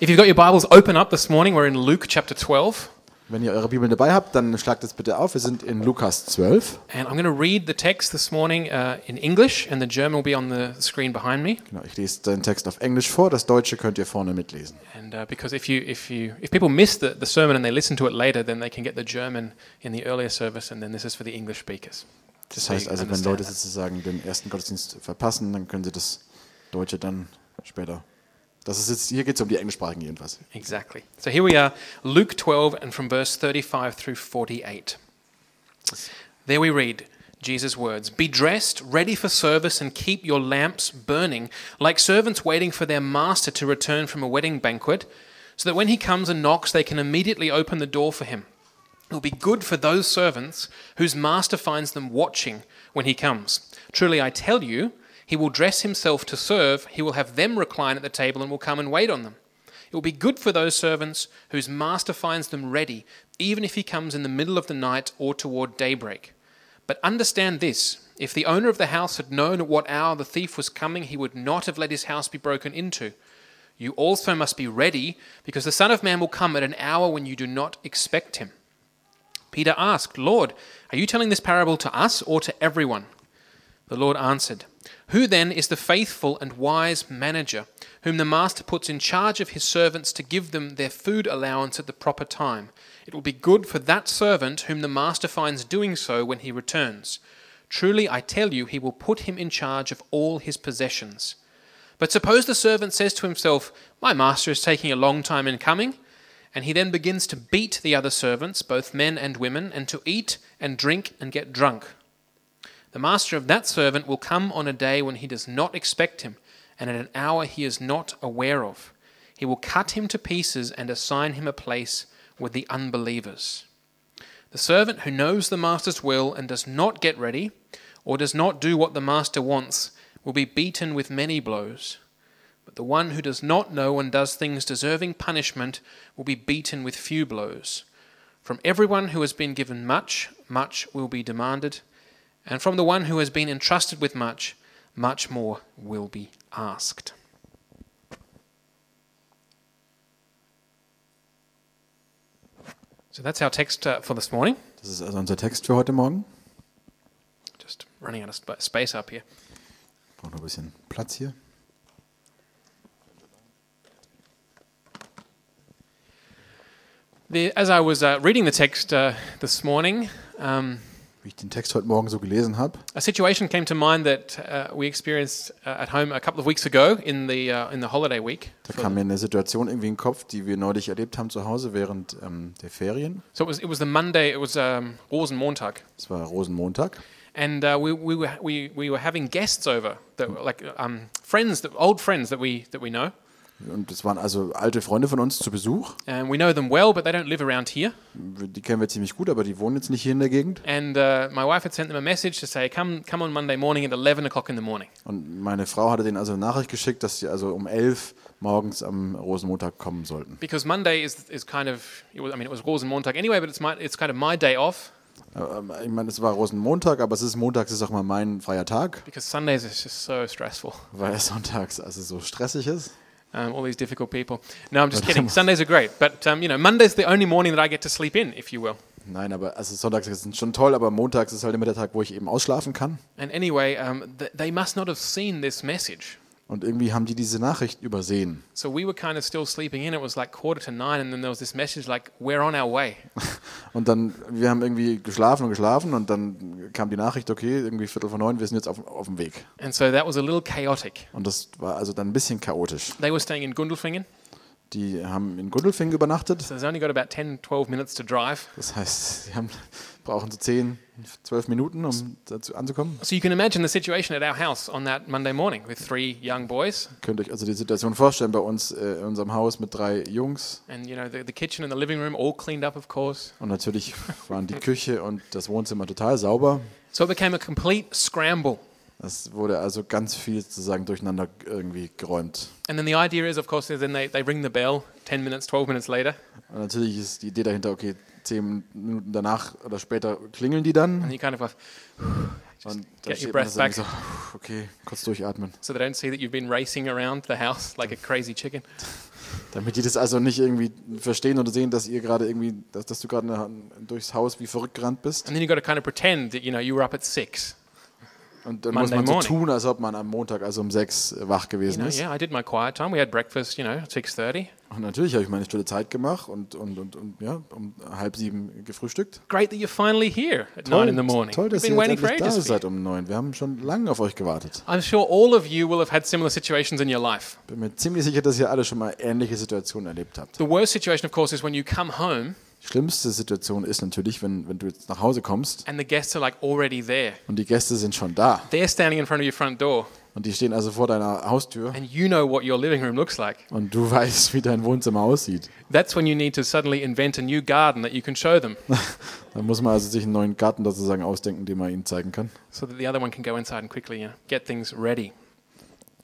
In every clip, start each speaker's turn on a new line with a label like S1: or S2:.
S1: If you've got your Bibles, open up this morning. We're in Luke chapter 12,
S2: Wenn ihr eure Bibeln dabei habt, dann schlagt es bitte auf. Wir sind in Lukas 12.
S1: and I'm going to read the text this morning uh, in English, and the German will be on the screen behind me.
S2: Genau, ich lese den Text auf Englisch vor, das Deutsche könnt ihr vorne mitlesen.
S1: And uh, because if you if you if people miss the, the sermon and they listen to it later, then they can get the German in the earlier service, and then this is for the English speakers.
S2: Das
S1: so you
S2: heißt also, wenn
S1: understand
S2: Leute
S1: that.
S2: sozusagen den ersten Gottesdienst verpassen, dann können sie das Deutsche dann später. Das ist jetzt, hier geht es um die Englischsprachigen jedenfalls.
S1: Exactly. So here we are, Luke 12, and from verse 35 through 48. There we read Jesus' words Be dressed, ready for service, and keep your lamps burning, like servants waiting for their master to return from a wedding banquet, so that when he comes and knocks, they can immediately open the door for him. It will be good for those servants whose master finds them watching when he comes. Truly, I tell you, he will dress himself to serve, he will have them recline at the table, and will come and wait on them. It will be good for those servants whose master finds them ready, even if he comes in the middle of the night or toward daybreak. But understand this if the owner of the house had known at what hour the thief was coming, he would not have let his house be broken into. You also must be ready, because the Son of Man will come at an hour when you do not expect him. Peter asked, Lord, are you telling this parable to us or to everyone? The Lord answered, Who then is the faithful and wise manager, whom the master puts in charge of his servants to give them their food allowance at the proper time? It will be good for that servant whom the master finds doing so when he returns. Truly, I tell you, he will put him in charge of all his possessions. But suppose the servant says to himself, My master is taking a long time in coming, and he then begins to beat the other servants, both men and women, and to eat and drink and get drunk. The master of that servant will come on a day when he does not expect him, and at an hour he is not aware of. He will cut him to pieces and assign him a place with the unbelievers. The servant who knows the master's will and does not get ready, or does not do what the master wants, will be beaten with many blows. But the one who does not know and does things deserving punishment will be beaten with few blows. From everyone who has been given much, much will be demanded, and from the one who has been entrusted with much, much more will be asked. So that's our text uh, for this morning.
S2: Das ist also unser Text für heute Morgen.
S1: Just running out of sp- space up here.
S2: Braucht noch ein bisschen Platz hier.
S1: The, as I was uh, reading the text uh, this morning, um,
S2: Wie ich den Text heute Morgen so gelesen habe,
S1: A situation came to mind that uh, we experienced uh, at home a couple of weeks ago in the uh, in the holiday week.
S2: da kam mir eine Situation irgendwie in den Kopf, die wir neulich erlebt haben zu Hause während ähm, der Ferien.
S1: So it was it was the Monday. It was um, Rosenmontag,
S2: Es war Rosenmontag.
S1: and uh, we we were we, we were having guests over that were like um, friends, that, old friends that we that we know,
S2: Und es waren also alte Freunde von uns zu Besuch.
S1: and we know them well, but they don't live around here.
S2: Die kennen wir ziemlich gut, aber die wohnen jetzt nicht hier in der Gegend.
S1: And uh, my wife had sent them a message to say, "Come come on Monday morning at eleven o'clock in the morning."
S2: Und meine Frau hatte denen also eine Nachricht geschickt, dass sie also um 11 morgens am Rosenmontag kommen sollten.
S1: Because Monday is is kind of it was, I mean it was Rosenmontag anyway, but it's my it's kind of my day off
S2: Aber, ähm, Ich meine, es war Rosenmontag, aber es ist montags, ist auch mal mein freier Tag,
S1: because Sundays is just so stressful.
S2: weil es sonntags also so stressig ist.
S1: um, all these difficult people. No, I'm just kidding. Sundays are great, but um, you know, Monday's the only morning that I get to sleep in, if you will.
S2: Nein, aber also sonntags ist schon toll, aber montags ist halt immer der Tag, wo ich eben ausschlafen kann.
S1: And anyway, um, th- they must not have seen this message.
S2: Und irgendwie haben die diese Nachricht übersehen.
S1: So we were kind of still sleeping in. It was like quarter to nine, and then there was this message like, "We're on our way."
S2: Und dann, wir haben irgendwie geschlafen und geschlafen und dann kam die Nachricht, okay, irgendwie Viertel vor neun, wir sind jetzt auf, auf dem Weg.
S1: And so that was a little chaotic.
S2: Und das war also dann ein bisschen chaotisch.
S1: They were staying in Gundelfingen,
S2: Die haben in Gundelfingen übernachtet.
S1: so they've only got about 10, 12 minutes to drive.
S2: Das heißt, sie haben, brauchen so 10, 12 Minuten, um dazu anzukommen.
S1: So you can imagine the situation at our house on that Monday morning with three young boys,
S2: Könnt euch also die Situation vorstellen bei uns äh, in unserem Haus mit drei Jungs.
S1: and you know the, the kitchen and the living room all cleaned up, of course.
S2: Und natürlich waren die Küche und das Wohnzimmer total sauber.
S1: So it became a complete scramble.
S2: Es wurde also ganz viel sozusagen durcheinander irgendwie geräumt.
S1: And then the idea is, of course, is then they, they ring the bell 10 minutes, 12 minutes later,
S2: Und natürlich ist die Idee dahinter, okay, zehn Minuten danach oder später klingeln die
S1: and
S2: dann.
S1: you kind of like,
S2: Und dann
S1: Get your
S2: steht man
S1: breath
S2: das irgendwie
S1: back
S2: so, okay, kurz durchatmen.
S1: so they don't see that you've been racing around the house like a crazy chicken.
S2: Damit die das also nicht irgendwie verstehen oder sehen, dass ihr gerade irgendwie, dass, dass du gerade ne- durchs Haus wie verrückt gerannt bist.
S1: And then you've got to kind of pretend that, you know, you were up at six.
S2: Und dann
S1: Monday
S2: muss man so
S1: morning. Genau,
S2: tun, als ob man am Montag, also um sechs, äh, wach
S1: You
S2: gewesen
S1: know,
S2: ist.
S1: yeah, I did my quiet time. We had breakfast, you know, at 6.30.
S2: Und natürlich habe ich meine stille Zeit gemacht und, und, und, und ja, um halb sieben gefrühstückt.
S1: Great that you're finally here at
S2: Toll,
S1: 9 in the morning.
S2: toll, dass
S1: We've
S2: ihr
S1: been
S2: jetzt
S1: waiting for
S2: endlich da
S1: ages. for you.
S2: seid um neun. Wir haben schon lange auf euch gewartet.
S1: I'm sure all of you will have had similar situations in your life.
S2: Bin mir ziemlich sicher, dass ihr alle schon mal ähnliche Situationen erlebt habt.
S1: The worst situation, of course, is when you come home
S2: Die schlimmste Situation ist natürlich, wenn, wenn du jetzt nach Hause kommst
S1: and the guests are like already there.
S2: und die Gäste sind schon da.
S1: They're standing in front of your front door
S2: Und die stehen also vor deiner Haustür
S1: and you know what your living room looks like.
S2: und du weißt, wie dein Wohnzimmer aussieht.
S1: That's when you need to suddenly invent a new garden that you can show them
S2: Dann muss man also sich einen neuen Garten sozusagen ausdenken, den man ihnen zeigen kann,
S1: so that the other one can go inside and quickly you know, get things ready.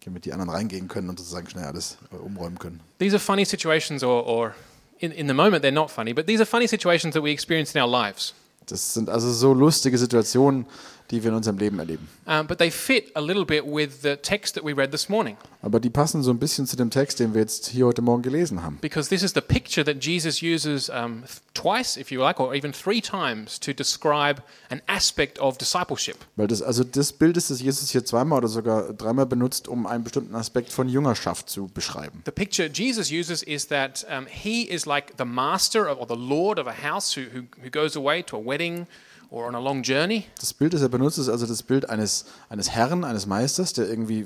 S2: damit die anderen reingehen können und sozusagen schnell alles äh, umräumen können.
S1: These are funny situations, or, or in, in the moment they're not funny, but these are funny situations that we experience in our lives.
S2: Das sind also so lustige Situationen, die wir in unserem Leben erleben.
S1: Um, but they fit a little bit with the text that we read this morning,
S2: Aber die passen so ein bisschen zu dem Text, den wir jetzt hier heute Morgen gelesen haben.
S1: because this is the picture that Jesus uses um, th- twice, if you like, or even three times to describe an aspect of discipleship.
S2: Weil das, also das Bild ist, das Jesus hier zweimal oder sogar dreimal benutzt, um einen bestimmten Aspekt von Jüngerschaft zu beschreiben.
S1: The picture Jesus uses is that um, he is like the master of, or the lord of a house who, who, who goes away to a wedding or on a long journey.
S2: Das Bild, das er benutzt, ist also das Bild eines, eines Herrn, eines Meisters, der irgendwie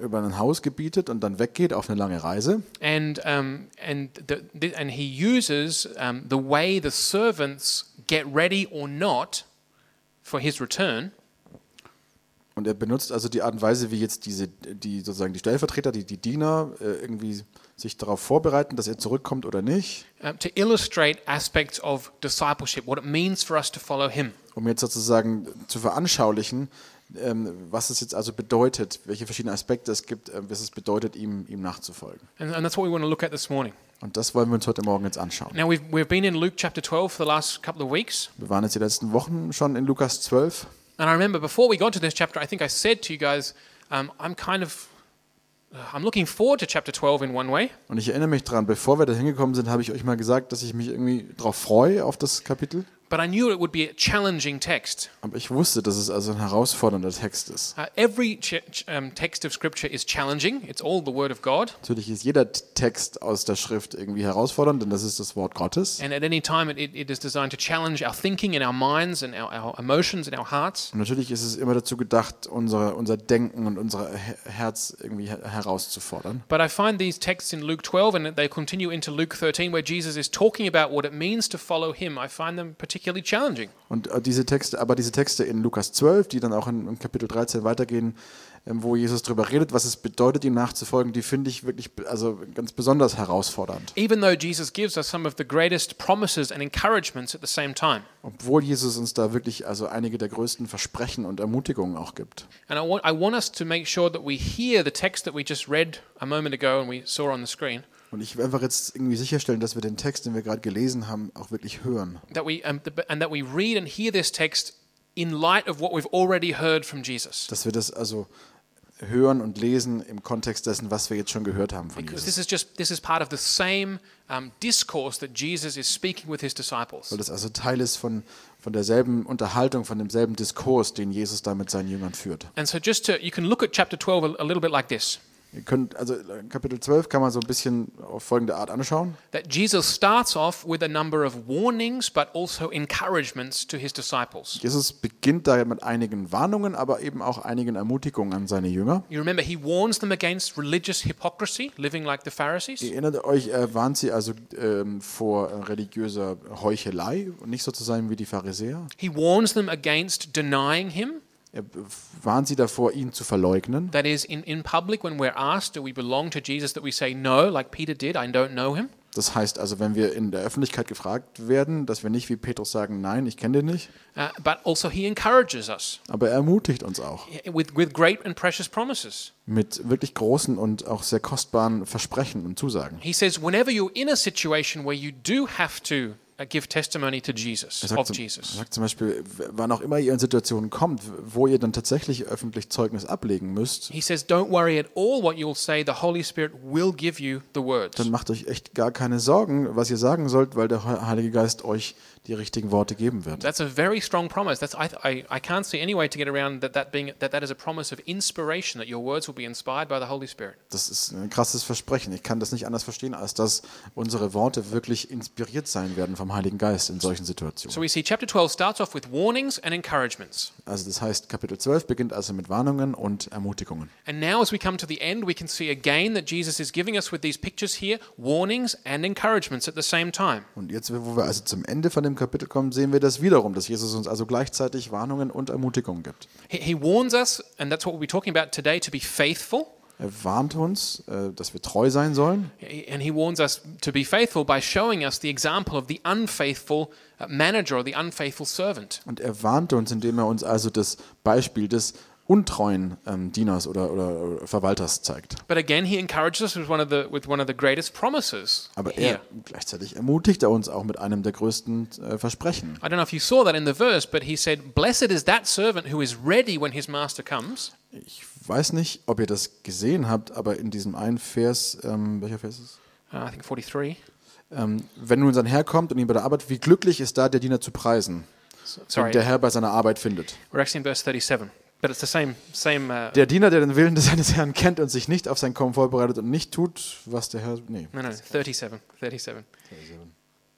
S2: über ein Haus gebietet und dann weggeht auf eine lange Reise.
S1: and um, and the, the, and he uses um, the way the servants get ready or not for his return
S2: Und er benutzt also die Art und Weise, wie jetzt diese, die sozusagen die Stellvertreter, die, die Diener äh, irgendwie sich darauf vorbereiten, dass er zurückkommt oder nicht,
S1: uh, to illustrate aspects of discipleship, what it means for us to follow him.
S2: um jetzt sozusagen zu veranschaulichen, ähm, was es jetzt also bedeutet, welche verschiedenen Aspekte es gibt, äh, was es bedeutet, ihm, ihm nachzufolgen.
S1: And, and that's what we want to look at this morning.
S2: Und das wollen wir uns heute Morgen jetzt anschauen.
S1: Now we've we've been in Luke chapter 12 for the last couple of weeks,
S2: Wir waren jetzt die letzten Wochen schon in Lukas 12
S1: and I remember before we got to this chapter, I think I said to you guys, um, I'm kind of uh, I'm looking forward to chapter 12 in one way.
S2: und ich erinnere mich dran, bevor wir da hingekommen sind, habe ich euch mal gesagt, dass ich mich irgendwie darauf freue, auf das Kapitel.
S1: But I knew it would be a challenging text.
S2: Aber ich wusste, dass es also ein herausfordernder Text ist.
S1: Uh, every ch- ch- um, text of Scripture is challenging. It's all the Word of God.
S2: Natürlich ist jeder T- Text aus der Schrift irgendwie herausfordernd, denn das ist das Wort Gottes.
S1: And at any time, it, it, it is designed to challenge our thinking and our minds and our, our emotions and our hearts.
S2: Und natürlich ist es immer dazu gedacht, unsere, unser Denken und unser He- Herz irgendwie her herauszufordern.
S1: But I find these texts in Luke 12 and they continue into Luke 13, where Jesus is talking about what it means to follow him. I find them particularly challenging.
S2: Und äh, diese Texte, aber diese Texte in Lukas 12, die dann auch in, in Kapitel 13 weitergehen, ähm, wo Jesus darüber redet, was es bedeutet, ihm nachzufolgen, die finde ich wirklich be- also ganz besonders herausfordernd.
S1: Even though Jesus gives us some of the greatest promises and encouragements at the same time.
S2: Obwohl Jesus uns da wirklich also einige der größten Versprechen und Ermutigungen auch gibt.
S1: And I want, I want us to make sure that we hear the text that we just read a moment ago and we saw on the screen.
S2: Und ich will einfach jetzt irgendwie sicherstellen, dass wir den Text, den wir gerade gelesen haben, auch wirklich hören.
S1: that we um, th- and that we read and hear this text in light of what we've already heard from Jesus.
S2: dass wir das also hören und lesen im Kontext dessen, was wir jetzt schon gehört haben von
S1: Because
S2: Jesus.
S1: this is just this is part of the same um, discourse that Jesus is speaking with his disciples.
S2: Weil das also Teil ist von, von derselben Unterhaltung, von demselben Diskurs, den Jesus da mit seinen Jüngern führt.
S1: And so just to you can look at chapter 12 a, a little bit like this
S2: Ihr könnt, also Kapitel 12 kann man so ein bisschen auf folgende Art anschauen.
S1: that Jesus starts off with a number of warnings but also encouragements to his disciples.
S2: Jesus beginnt da mit einigen Warnungen, aber eben auch einigen Ermutigungen an seine Jünger.
S1: You remember he warns them against religious hypocrisy, living like the Pharisees.
S2: Erinnert euch, er warnt sie also ähm, vor äh, religiöser Heuchelei und nicht so zu sein wie die Pharisäer.
S1: He warns them against denying him,
S2: Er äh, warnt sie davor, ihn zu verleugnen.
S1: That is, in, in public, when we're asked, do we belong to Jesus, that we say no, like Peter did, I don't know him.
S2: Das heißt also, wenn wir in der Öffentlichkeit gefragt werden, dass wir nicht wie Petrus sagen, nein, ich kenne den nicht,
S1: Uh, but also, he encourages us
S2: aber er ermutigt uns auch
S1: with, with great and precious promises.
S2: mit wirklich großen und auch sehr kostbaren Versprechen und Zusagen.
S1: He says, whenever you're in a situation where you do have to uh, give testimony to Jesus,
S2: Er
S1: of
S2: sagt, zum,
S1: Jesus.
S2: Also, er sagt zum Beispiel, w- wann auch immer ihr in Situationen kommt, wo ihr dann tatsächlich öffentlich Zeugnis ablegen müsst,
S1: He says, Don't worry at all what you'll say. The Holy Spirit will give you the words.
S2: dann macht euch echt gar keine Sorgen, was ihr sagen sollt, weil der He- Heilige Geist euch die richtigen Worte geben wird.
S1: That's a very strong promise. That's, I, I, I can't see any way to get around that that, being, that that is a promise of inspiration, that your words will be inspired by the Holy Spirit.
S2: Das ist ein krasses Versprechen. Ich kann das nicht anders verstehen, als dass unsere Worte wirklich inspiriert sein werden vom Heiligen Geist in solchen Situationen.
S1: So we see chapter 12 starts off with warnings and encouragements.
S2: Also das heißt, Kapitel 12 beginnt also mit Warnungen und Ermutigungen.
S1: And now, as we come to the end, we can see again that Jesus is giving us with these pictures here warnings and encouragements at the same time.
S2: Und jetzt, wo wir also zum Ende von dem Kapitel kommen, sehen wir das wiederum, dass Jesus uns also gleichzeitig Warnungen und Ermutigungen gibt.
S1: He, he warns us, and that's what we'll be talking about today, to be faithful.
S2: Er warnt uns, äh, dass wir treu sein sollen.
S1: And he warns us to be faithful by showing us the example of the unfaithful uh, manager or the unfaithful servant.
S2: Und er warnte uns, indem er uns also das Beispiel des untreuen ähm, Dieners oder, oder Verwalters zeigt.
S1: But again, he encourages us with one of the, with one of the greatest promises
S2: Aber
S1: here.
S2: er gleichzeitig ermutigt er uns auch mit einem der größten äh, Versprechen.
S1: I don't know if you saw that in the verse, but he said, Blessed is that servant who is ready when his master comes.
S2: Ich weiß nicht, ob ihr das gesehen habt, aber in diesem einen Vers, ähm, welcher Vers ist es?
S1: Uh, I think 43.
S2: Ähm, wenn nun sein Herr kommt und ihn bei der Arbeit, wie glücklich ist da der Diener zu preisen,
S1: Sorry,
S2: den der Herr bei seiner Arbeit findet.
S1: we're actually in verse 37. But it's the same, same uh,
S2: Der Diener, der den Willen des seines Herrn kennt und sich nicht auf sein Kommen vorbereitet und nicht tut, was der Herr. Nee.
S1: no, no, 37, 37.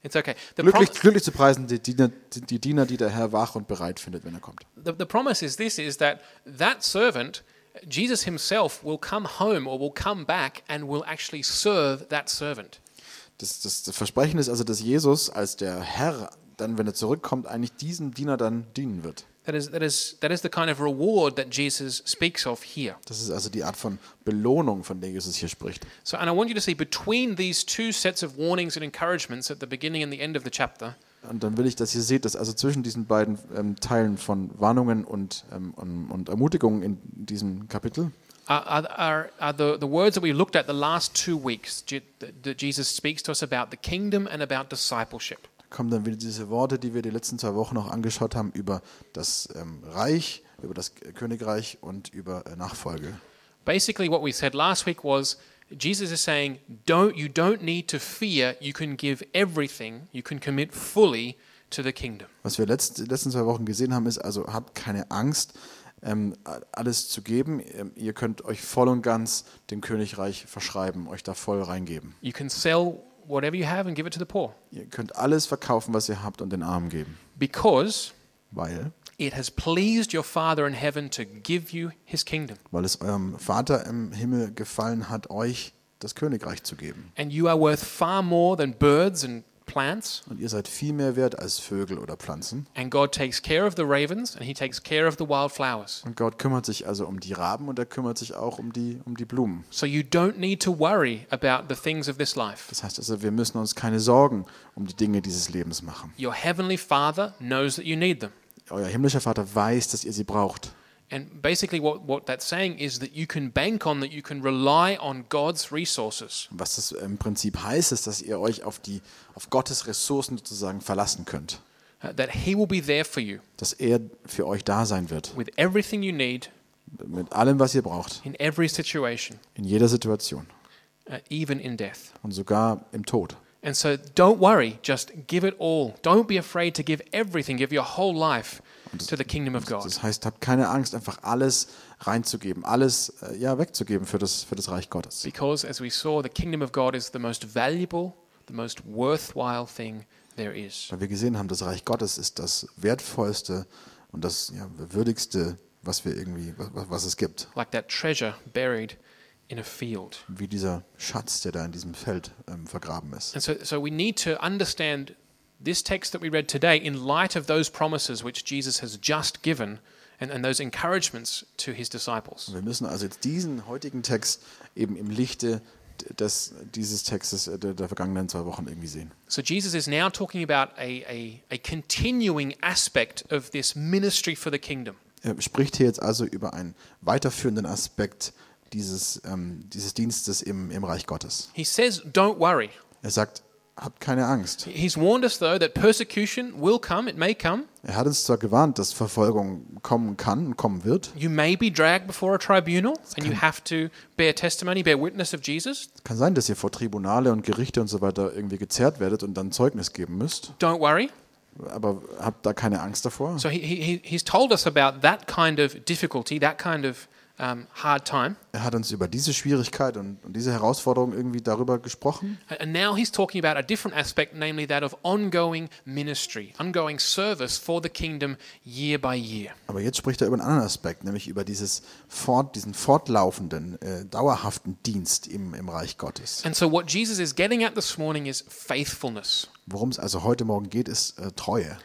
S1: It's okay. The,
S2: Glücklich,
S1: promise-
S2: glücklich zu preisen, die Diener, die, die Diener, die der Herr wach und bereit findet, wenn er kommt.
S1: the, the promise is this, is that that servant, Jesus himself will come home or will come back and will actually serve that servant.
S2: Das, das, das Versprechen ist also, dass Jesus als der Herr dann, wenn er zurückkommt, eigentlich diesem Diener dann dienen wird.
S1: That is, that, is, that is the kind of reward that Jesus speaks of here.
S2: Das ist also die Art von Belohnung, von der Jesus hier spricht.
S1: So, and I want you to see between these two sets of warnings and encouragements at the beginning and the end of the chapter,
S2: Und dann will ich, dass ihr seht, dass also zwischen diesen beiden ähm, Teilen von Warnungen und, ähm, und, und Ermutigungen in diesem Kapitel
S1: are, are, are, are the, the words that we looked at the last two weeks Je- that that Jesus speaks to us about the kingdom and about discipleship.
S2: kommen dann wieder diese Worte, die wir die letzten zwei Wochen auch angeschaut haben, über das ähm, Reich, über das Königreich und über äh, Nachfolge.
S1: Basically, what we said last week was Jesus is saying, don't, you don't need to fear, you can give everything, you can commit fully to the kingdom.
S2: Was wir letzt, die letzten zwei Wochen gesehen haben, ist also, habt keine Angst, ähm, a- alles zu geben. Ähm, ihr könnt euch voll und ganz dem Königreich verschreiben, euch da voll reingeben.
S1: You can sell whatever you have and give it to the poor
S2: Ihr könnt alles verkaufen, was ihr habt und den Armen geben.
S1: because
S2: Weil,
S1: it has pleased your Father in heaven to give you his kingdom.
S2: weil es eurem Vater im Himmel gefallen hat, euch das Königreich zu geben.
S1: And you are worth far more than birds and plants.
S2: Und ihr seid viel mehr wert als Vögel oder Pflanzen.
S1: And God takes care of the ravens and he takes care of the wildflowers.
S2: Und Gott kümmert sich also um die Raben und er kümmert sich auch um die, um die Blumen.
S1: So you don't need to worry about the things of this life.
S2: Das heißt also, wir müssen uns keine Sorgen um die Dinge dieses Lebens machen.
S1: Your heavenly Father knows that you need them.
S2: Euer himmlischer Vater weiß, dass ihr sie braucht.
S1: And basically, what, what that's saying is that you can bank on, that you can rely on God's resources.
S2: Und was das im Prinzip heißt, ist, dass ihr euch auf, die, auf Gottes Ressourcen sozusagen verlassen könnt.
S1: Uh, that He will be there for you
S2: Dass er für euch da sein wird.
S1: with everything you need
S2: Mit allem, was ihr braucht.
S1: in every situation,
S2: In jeder Situation.
S1: uh, even in death.
S2: Und sogar im Tod.
S1: And so don't worry, just give it all. Don't be afraid to give everything, give your whole life to the kingdom of God.
S2: Das heißt, habt keine Angst, einfach alles reinzugeben, alles äh, ja, wegzugeben für das, für das Reich Gottes.
S1: Because, as we saw, the kingdom of God is the most valuable, the most worthwhile thing there is.
S2: Weil wir gesehen haben, das Reich Gottes ist das wertvollste und das ja, würdigste, was wir irgendwie, was, was es gibt.
S1: Like that treasure buried in a field.
S2: Wie dieser Schatz, der da in diesem Feld ähm, vergraben ist.
S1: And so, so we need to understand this text that we read today in light of those promises which Jesus has just given and, and those encouragements to his disciples.
S2: Wir müssen also jetzt diesen heutigen Text eben im Lichte des, dieses Textes äh, der, der vergangenen zwei Wochen irgendwie sehen.
S1: So Jesus is now talking about a, a, a continuing aspect of this ministry for the kingdom.
S2: Er spricht hier jetzt also über einen weiterführenden Aspekt dieses, ähm, dieses Dienstes im, im Reich Gottes.
S1: He says, Don't worry.
S2: Er sagt, habt keine Angst.
S1: He's warned us, though, that persecution will come, it may come.
S2: Er hat uns zwar gewarnt, dass Verfolgung kommen kann und kommen wird.
S1: You may be dragged before a tribunal, and you have to bear testimony, bear witness of Jesus.
S2: Kann sein, dass ihr vor Tribunale und Gerichte und so weiter irgendwie gezerrt werdet und dann Zeugnis geben müsst.
S1: Don't worry.
S2: Aber habt da keine Angst davor.
S1: So he, he, he- he's told us about that kind of difficulty, that kind of um, hard time.
S2: Er hat uns über diese Schwierigkeit und, und diese Herausforderung irgendwie darüber gesprochen.
S1: A- And now he's talking about a different aspect, namely that of ongoing ministry, ongoing service for the kingdom year by year.
S2: Aber jetzt spricht er über einen anderen Aspekt, nämlich über dieses fort, diesen fortlaufenden, äh, dauerhaften Dienst im, im Reich Gottes.
S1: And so, what Jesus is getting at this morning is faithfulness.
S2: Worum es also heute Morgen geht, ist äh, Treue.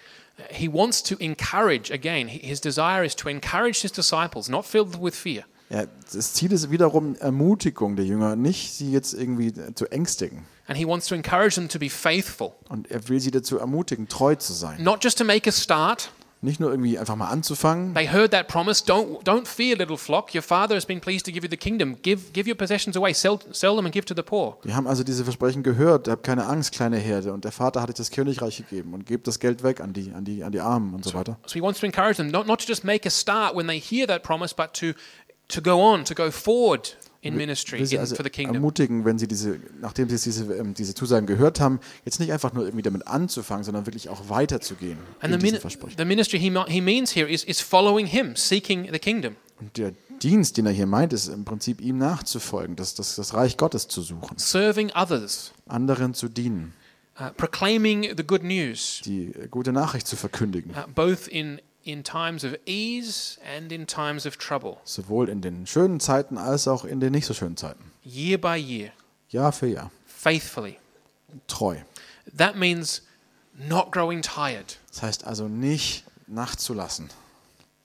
S1: He wants to encourage, again, h- his desire is to encourage his disciples, not filled with fear,
S2: Ja, das Ziel ist wiederum Ermutigung der Jünger, nicht sie jetzt irgendwie äh, zu ängstigen.
S1: and he wants to encourage them to be faithful,
S2: Und er will sie dazu ermutigen, treu zu sein.
S1: not just to make a start.
S2: Nicht nur irgendwie einfach mal anzufangen.
S1: They heard that promise. Don't, don't fear, little flock. Your father has been pleased to give you the kingdom. Give, give your possessions away. Sell, sell them and give to the poor.
S2: Die haben also diese Versprechen gehört, habt keine Angst, kleine Herde. Und der Vater hat euch das Königreich gegeben und gebt das Geld weg an die, an die, an die Armen und so weiter.
S1: So he wants to encourage them not, not to just make a start when they hear that promise, but to, to go on, to go forward in ministry
S2: Will sie
S1: in-
S2: also
S1: for the kingdom.
S2: ermutigen, wenn sie diese, nachdem sie diese, ähm, diese Zusagen gehört haben, jetzt nicht einfach nur irgendwie damit anzufangen, sondern wirklich auch weiterzugehen.
S1: And the,
S2: in diesen
S1: min-
S2: Versprechen.
S1: the ministry he, mo- he means here is, is following him, seeking the kingdom.
S2: Und der Dienst, den er hier meint, ist im Prinzip ihm nachzufolgen, das, das, das Reich Gottes zu suchen,
S1: serving others,
S2: anderen zu dienen,
S1: uh, proclaiming the good news,
S2: die äh, gute Nachricht zu verkündigen.
S1: uh, both in, in times of ease and in times of trouble,
S2: Sowohl in den schönen Zeiten als auch in den nicht so schönen Zeiten.
S1: year by year,
S2: Jahr für Jahr.
S1: faithfully.
S2: Treu.
S1: That means not growing tired,
S2: Das heißt also nicht nachzulassen,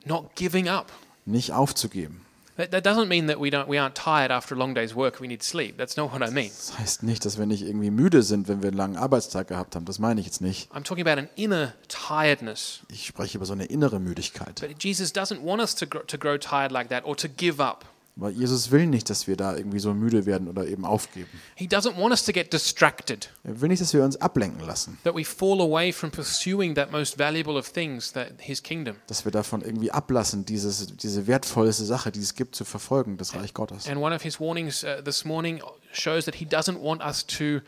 S1: not giving up.
S2: nicht aufzugeben.
S1: That, that doesn't mean that we, don't, we aren't tired after a long day's work, we need sleep. That's not what I mean.
S2: Das heißt nicht, dass wir nicht irgendwie müde sind, wenn wir einen langen Arbeitstag gehabt haben. Das meine ich jetzt nicht.
S1: I'm talking about an inner tiredness.
S2: Ich spreche über so eine innere Müdigkeit.
S1: But Jesus doesn't want us to grow, to grow tired like that or to give up.
S2: Weil Jesus will nicht, dass wir da irgendwie so müde werden oder eben aufgeben.
S1: He doesn't want us to get distracted,
S2: Er will nicht, dass wir uns ablenken lassen,
S1: that we fall away from pursuing that most valuable of things, that his kingdom.
S2: dass wir davon irgendwie ablassen, dieses, diese wertvollste Sache, die es gibt, zu verfolgen, das Reich Gottes.
S1: And one of his warnings uh, this morning shows that he doesn't want us to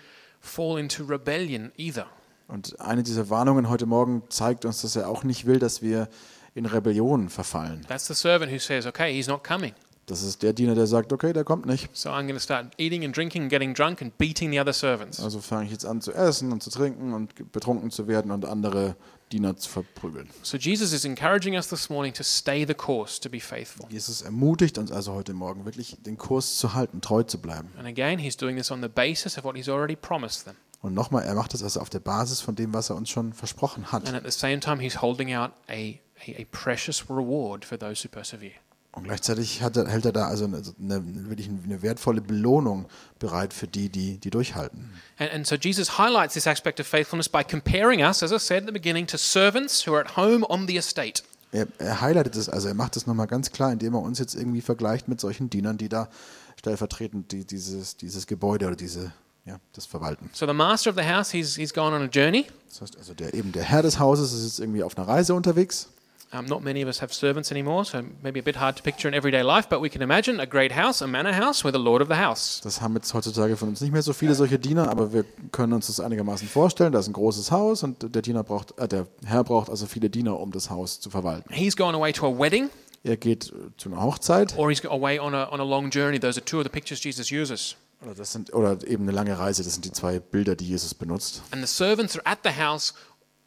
S1: fall into rebellion either.
S2: Und eine dieser Warnungen heute Morgen zeigt uns, dass er auch nicht will, dass wir in Rebellion verfallen.
S1: That's the servant who says, okay, he's not coming.
S2: Das ist der Diener, der sagt, okay, der kommt nicht.
S1: So I'm going to start eating and drinking and getting drunk and beating the other servants.
S2: Also fange ich jetzt an zu essen und zu trinken und betrunken zu werden und andere Diener zu verprügeln.
S1: So Jesus is encouraging us this morning to stay the course, to be faithful.
S2: Jesus ermutigt uns also heute Morgen wirklich, den Kurs zu halten, treu zu bleiben.
S1: And again, he's doing this on the basis of what he's already promised them.
S2: Und nochmal, er macht das also auf der Basis von dem, was er uns schon versprochen
S1: And
S2: hat.
S1: at the same time, he's holding out a, a, a precious reward for those who persevere.
S2: Und gleichzeitig hat er, hält er da also eine, eine, wirklich eine wertvolle Belohnung bereit für die, die, die durchhalten.
S1: And, and so Jesus highlights this aspect of faithfulness by comparing us, as I said at the beginning, to servants who are at home on the estate.
S2: Er, er highlightet es, also er macht es nochmal ganz klar, indem er uns jetzt irgendwie vergleicht mit solchen Dienern, die da stellvertretend die, dieses, dieses Gebäude oder diese, ja, das verwalten.
S1: So the master of the house, he's, he's gone on a journey.
S2: Das heißt also, der, eben der Herr des Hauses ist jetzt irgendwie auf einer Reise unterwegs.
S1: Um, not many of us have servants anymore, so maybe a bit hard to picture in everyday life, but we can imagine a great house, a manor house, with a lord of the house.
S2: Das haben jetzt heutzutage von uns nicht mehr so viele solche Diener, aber wir können uns das einigermaßen vorstellen. Da ist ein großes Haus und der Diener braucht, äh, der Herr braucht also viele Diener, um das Haus zu verwalten.
S1: He's gone away to a wedding,
S2: Er geht äh, zu einer Hochzeit
S1: or he's away on a, on a long journey. Those are two of the pictures Jesus uses.
S2: oder, das sind, oder eben eine lange Reise. Das sind die zwei Bilder, die Jesus benutzt.
S1: And the servants are at the house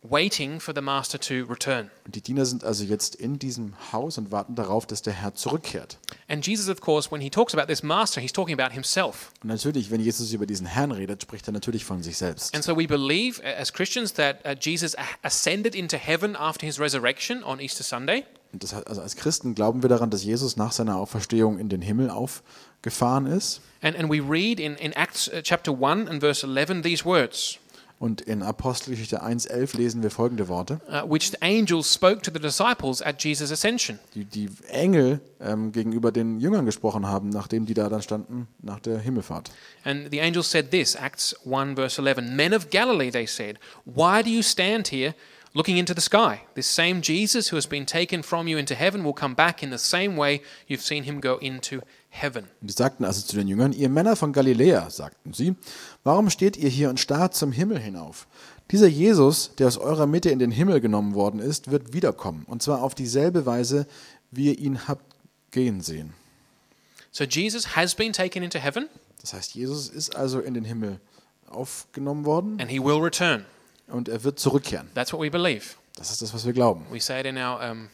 S1: waiting for the master to return.
S2: Und die Diener sind also jetzt in diesem Haus und warten darauf, dass der Herr zurückkehrt.
S1: And Jesus, of course, when he talks about this master, he's talking about himself.
S2: Und natürlich, wenn Jesus über diesen Herrn redet, spricht er natürlich von sich selbst.
S1: And so we believe uh, as Christians that uh, Jesus a- ascended into heaven after his resurrection on Easter Sunday.
S2: Und das, hat- also als Christen glauben wir daran, dass Jesus nach seiner Auferstehung in den Himmel aufgefahren ist.
S1: And, and we read in, in Acts uh, chapter 1 and verse 11 these words
S2: Und in Apostelgeschichte 1,11 lesen wir folgende Worte,
S1: uh, which the angels spoke to the disciples at Jesus' ascension.
S2: die die Engel ähm, gegenüber den Jüngern gesprochen haben, nachdem die da dann standen, nach der Himmelfahrt.
S1: And the angels said this, Acts 1, verse 11 Men of Galilee, they said, why do you stand here looking into the sky? This same Jesus who has been taken from you into heaven will come back in the same way you've seen him go into heaven.
S2: Und die sagten also zu den Jüngern, ihr Männer von Galiläa, sagten sie, warum steht ihr hier und starrt zum Himmel hinauf? Dieser Jesus, der aus eurer Mitte in den Himmel genommen worden ist, wird wiederkommen, und zwar auf dieselbe Weise, wie ihr ihn habt gehen sehen.
S1: So Jesus has been taken into heaven
S2: Das heißt, Jesus ist also in den Himmel aufgenommen worden
S1: and he will return.
S2: und er wird zurückkehren.
S1: That's what we believe.
S2: Das ist das, was wir glauben.
S1: We say it in our um,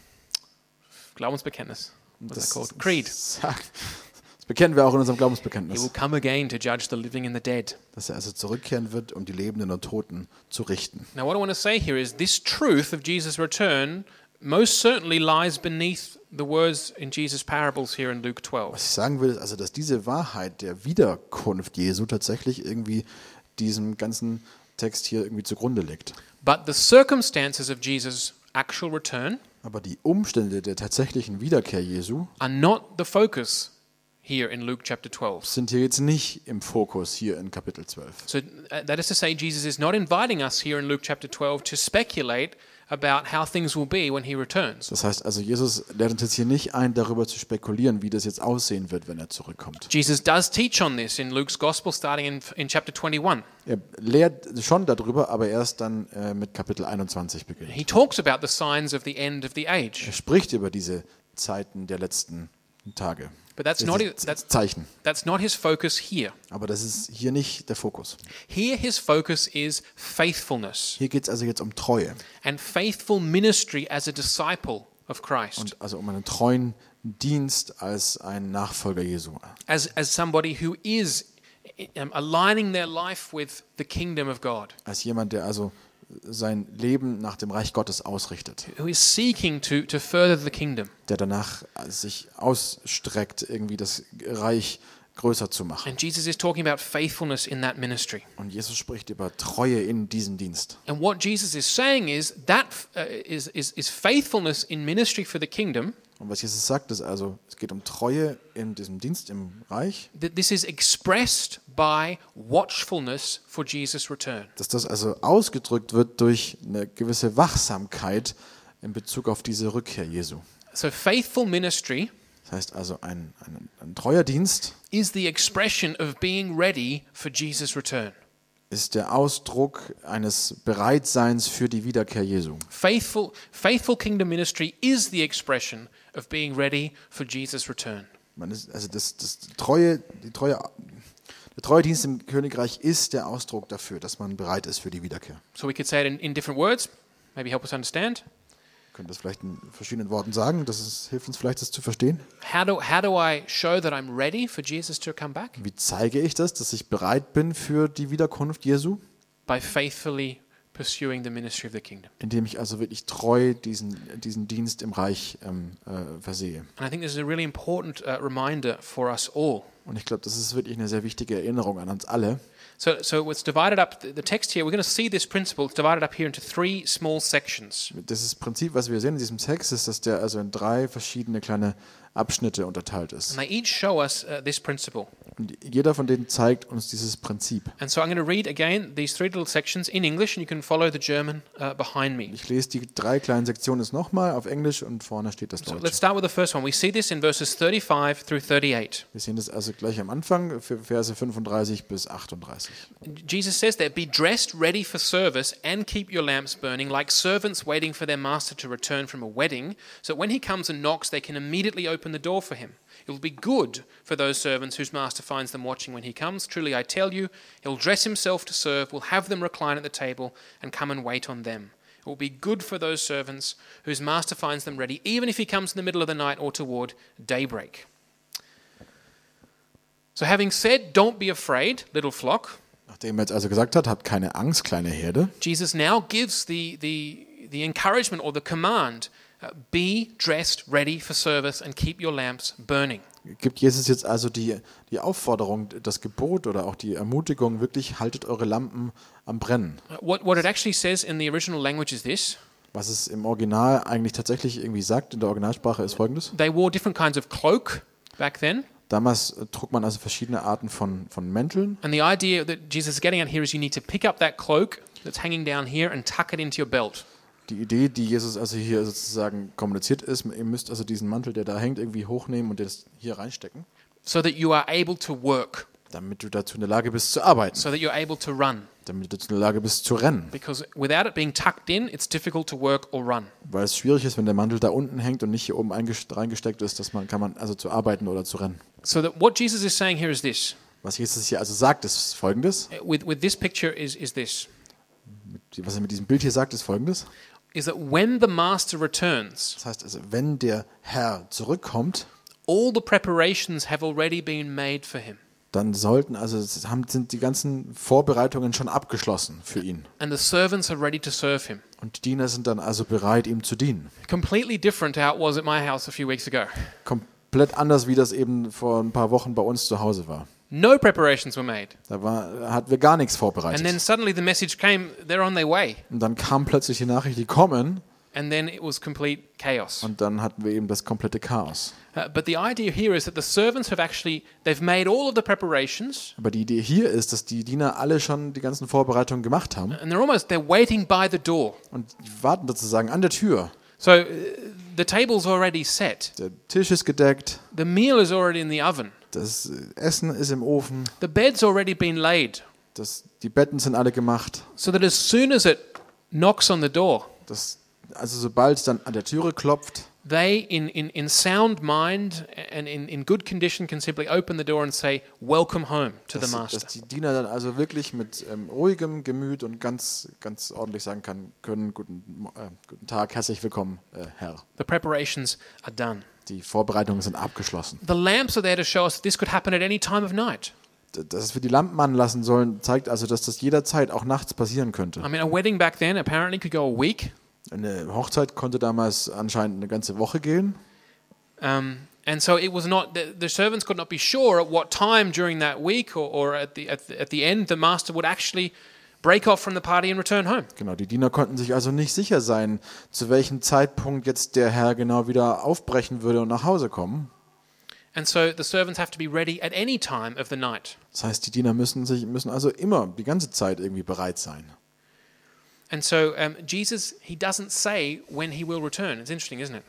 S1: Glaubensbekenntnis. What's
S2: Das,
S1: that called? Creed.
S2: sagt- das bekennen wir auch in unserem
S1: He
S2: Glaubensbekenntnis,
S1: will come again to judge the living and the dead.
S2: dass er also zurückkehren wird, um die Lebenden und Toten zu richten.
S1: Now, what I want to say here is this truth of Jesus' return most certainly lies beneath the words in Jesus' parables here in Luke 12.
S2: Was ich sagen will, ist also, dass diese Wahrheit der Wiederkunft Jesu tatsächlich irgendwie diesem ganzen Text hier irgendwie zugrunde liegt.
S1: But the circumstances of Jesus' actual return
S2: Aber die Umstände der tatsächlichen Wiederkehr Jesu
S1: are not the focus here in Luke chapter 12.
S2: sind hier jetzt nicht im Fokus hier in Kapitel 12.
S1: So uh, that is to say, Jesus is not inviting us here in Luke chapter 12 to speculate about how things will be when he returns.
S2: Das heißt also, Jesus lädt uns jetzt hier nicht ein, darüber zu spekulieren, wie das jetzt aussehen wird, wenn er zurückkommt.
S1: Jesus does teach on this in Luke's gospel starting in, in chapter 21.
S2: Er lehrt schon darüber, aber erst dann äh, mit Kapitel 21 beginnt.
S1: He talks about the signs of the end of the age.
S2: Er spricht über diese Zeiten der letzten Tage.
S1: But that's
S2: Diese
S1: not it- that's-
S2: Zeichen.
S1: That's not his focus here.
S2: Aber das ist hier nicht der Fokus.
S1: Here, his focus is faithfulness
S2: Hier geht es also jetzt um Treue
S1: and faithful ministry as a disciple of Christ,
S2: und also um einen treuen Dienst als ein Nachfolger Jesu.
S1: as, as somebody who is um, aligning their life with the kingdom of God,
S2: Als jemand, der also sein Leben nach dem Reich Gottes ausrichtet,
S1: who is seeking to, to further the kingdom
S2: der danach sich ausstreckt, irgendwie das Reich größer zu machen.
S1: And Jesus is talking about faithfulness in that ministry.
S2: Und Jesus spricht über Treue in diesem Dienst.
S1: And what Jesus is saying is that uh, is, is, is faithfulness in ministry for the kingdom,
S2: Und was Jesus sagt, ist also, es geht um Treue in diesem Dienst im Reich,
S1: that this is expressed by watchfulness for Jesus' return.
S2: dass das also ausgedrückt wird durch eine gewisse Wachsamkeit in Bezug auf diese Rückkehr Jesu.
S1: So, faithful ministry
S2: Das heißt also, ein, ein, ein treuer Dienst
S1: is the expression of being ready for Jesus' return.
S2: ist der Ausdruck eines Bereitseins für die Wiederkehr Jesu.
S1: Faithful, faithful kingdom ministry is the expression of being ready for Jesus' return.
S2: Man ist, also das, das treue, die treue, der treue Dienst im Königreich ist der Ausdruck dafür, dass man bereit ist für die Wiederkehr.
S1: So we could say it in, in different words, maybe help us understand.
S2: Wir können das vielleicht in verschiedenen Worten sagen, das ist, hilft uns vielleicht, das zu verstehen.
S1: How do, how do I show that I'm ready for Jesus to come back?
S2: Wie zeige ich das, dass ich bereit bin für die Wiederkunft Jesu?
S1: By faithfully pursuing the ministry of the kingdom.
S2: Indem ich also wirklich treu diesen, diesen Dienst im Reich ähm, äh, versehe.
S1: And I think this is a really important uh, reminder for us all.
S2: Und ich glaube, das ist wirklich eine sehr wichtige Erinnerung an uns alle.
S1: So, so it's divided up, the the text here, we're going to see this principle, it's divided up here into three small sections.
S2: Das ist Prinzip, was wir sehen in diesem Text, ist, dass der also in drei verschiedene kleine Abschnitte unterteilt
S1: And
S2: ist.
S1: they each show us uh, this principle.
S2: Und jeder von denen zeigt uns dieses Prinzip.
S1: And so I'm going to read again these three little sections in English, and you can follow the German uh, behind me.
S2: Ich lese die drei kleinen Sektionen jetzt nochmal auf Englisch und vorne steht das
S1: So let's
S2: Deutsch.
S1: start with the first one. We see this in verses 35 through 38.
S2: Wir sehen das also gleich am Anfang, für Verse 35 bis 38.
S1: Jesus says there, Be dressed ready for service and keep your lamps burning, like servants waiting for their master to return from a wedding, so that when he comes and knocks, they can immediately open the door for him. It will be good for those servants whose master finds them watching when he comes. Truly, I tell you, he'll dress himself to serve, will have them recline at the table, and come and wait on them. It will be good for those servants whose master finds them ready, even if he comes in the middle of the night or toward daybreak. So, having said, Don't be afraid, little flock.
S2: Nachdem er jetzt also gesagt hat, habt keine Angst, kleine Herde,
S1: Jesus now gives the, the, the encouragement or the command uh, be dressed, ready for service, and keep your lamps burning.
S2: gibt Jesus jetzt also die, die Aufforderung, das Gebot oder auch die Ermutigung, wirklich haltet eure Lampen am Brennen.
S1: Uh, What, what it actually says in the original language is this
S2: Was es im Original eigentlich tatsächlich irgendwie sagt, in der Originalsprache, ist folgendes.
S1: they wore different kinds of cloak back then.
S2: Damals äh, trug man also verschiedene Arten von, von Mänteln.
S1: And the idea that Jesus is getting at here is you need to pick up that cloak that's hanging down here and tuck it into your belt.
S2: Die Idee, die Jesus also hier sozusagen kommuniziert ist, ihr müsst also diesen Mantel, der da hängt, irgendwie hochnehmen und das hier reinstecken,
S1: so that you are able to work,
S2: damit du dazu in der Lage bist zu arbeiten,
S1: so that you're able to run.
S2: damit du dazu in der Lage bist zu rennen.
S1: Because without it being tucked in, it's difficult to work or run.
S2: Weil es schwierig ist, wenn der Mantel da unten hängt und nicht hier oben eingest- reingesteckt ist, dass man kann man also zu arbeiten oder zu rennen.
S1: So that what Jesus is saying here is this. Uh,
S2: Was Jesus hier also sagt, ist folgendes.
S1: With with this picture is is this
S2: Was er mit diesem Bild hier sagt, ist folgendes.
S1: is that when the master returns,
S2: Das heißt also, wenn der Herr zurückkommt,
S1: all the preparations have already been made for him,
S2: dann sollten also es haben, sind die ganzen Vorbereitungen schon abgeschlossen für ihn.
S1: and the servants are ready to serve him.
S2: Und die Diener sind dann also bereit, ihm zu dienen.
S1: Completely different to how it was at my house a few weeks ago.
S2: Komplett anders, wie das eben vor ein paar Wochen bei uns zu Hause war.
S1: No preparations were made,
S2: Da war, hatten wir gar nichts
S1: and then
S2: vorbereitet.
S1: suddenly the message came. They're on their way,
S2: Und dann kam plötzlich die Nachricht, die kommen,
S1: and then it was complete chaos.
S2: und dann hatten wir eben das komplette Chaos.
S1: Uh, but the idea here is that the servants have actually they've made all of the preparations
S2: Aber die Idee hier ist, dass die Diener alle schon die ganzen Vorbereitungen gemacht haben
S1: and they're almost they're waiting by the door.
S2: und warten sozusagen an der Tür.
S1: So uh, the table's already set.
S2: Der Tisch ist gedeckt,
S1: The meal is already in the oven.
S2: das Essen ist im Ofen,
S1: The bed's already been laid.
S2: das, die Betten sind alle gemacht.
S1: So that as soon as it knocks on the door,
S2: Das, also sobald es dann an der Türe klopft,
S1: they in, in, in sound mind and in, in good condition can simply open the door and say, Welcome home to the
S2: dass, dass
S1: master.
S2: die Diener dann also wirklich mit ähm, ruhigem Gemüt und ganz, ganz ordentlich sagen kann, können, guten, Mo- äh, guten Tag, herzlich willkommen, äh, Herr.
S1: The preparations are done.
S2: Die Vorbereitungen sind abgeschlossen.
S1: The lamps are there to show us that this could happen at any time of night.
S2: D- Dass wir die Lampen anlassen sollen, zeigt also, dass das jederzeit auch nachts passieren könnte.
S1: I mean, a wedding back then apparently could go a week.
S2: Eine Hochzeit konnte damals anscheinend eine ganze Woche gehen.
S1: Um, and so it was not the, the servants could not be sure at what time during that week or, or at, the, at the at the end the master would actually break off from the party and return home.
S2: Genau, die Diener konnten sich also nicht sicher sein, zu welchem Zeitpunkt jetzt der Herr genau wieder aufbrechen würde und nach Hause kommen.
S1: And so the servants have to be ready at any time of the night.
S2: Das heißt, die Diener müssen, sich, müssen also immer die ganze Zeit irgendwie bereit sein.
S1: And so um, Jesus he doesn't say when he will return. It's interesting, isn't it?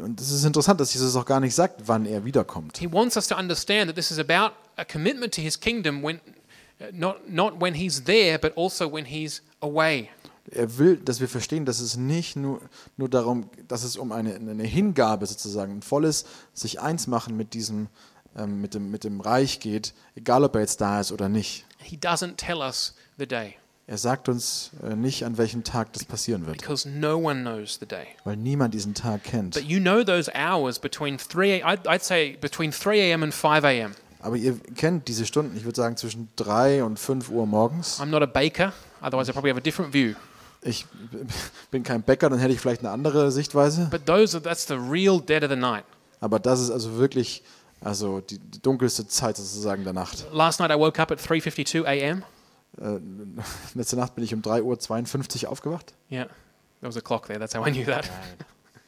S2: Und es ist interessant, dass Jesus auch gar nicht sagt, wann er wiederkommt.
S1: He wants us to understand that this is about a commitment to his kingdom when uh, not not when he's there but also when he's away.
S2: Er will, dass wir verstehen, dass es nicht nur, nur darum, dass es um eine, eine Hingabe sozusagen, ein volles sich eins machen mit diesem, ähm, mit dem, mit dem Reich geht, egal ob er jetzt da ist oder nicht.
S1: He doesn't tell us the day
S2: Er sagt uns äh, nicht, an welchem Tag das passieren wird,
S1: because no one knows the day.
S2: weil niemand diesen Tag kennt.
S1: But you know those hours between 3 a- I'd, I'd say between 3 a.m. and 5 a.m.
S2: Aber ihr kennt diese Stunden, ich würde sagen zwischen 3 und 5 Uhr morgens.
S1: I'm not a baker, otherwise I probably have a different view.
S2: Ich bin kein Bäcker, dann hätte ich vielleicht eine andere Sichtweise.
S1: But those are, that's the real dead of the night.
S2: Aber das ist also wirklich also die die dunkelste Zeit sozusagen der Nacht.
S1: Last night I woke up at 3:52 a.m.
S2: Äh, letzte Nacht bin ich um 3.52 Uhr aufgewacht.
S1: Yeah. There was a clock there, that's how I knew that.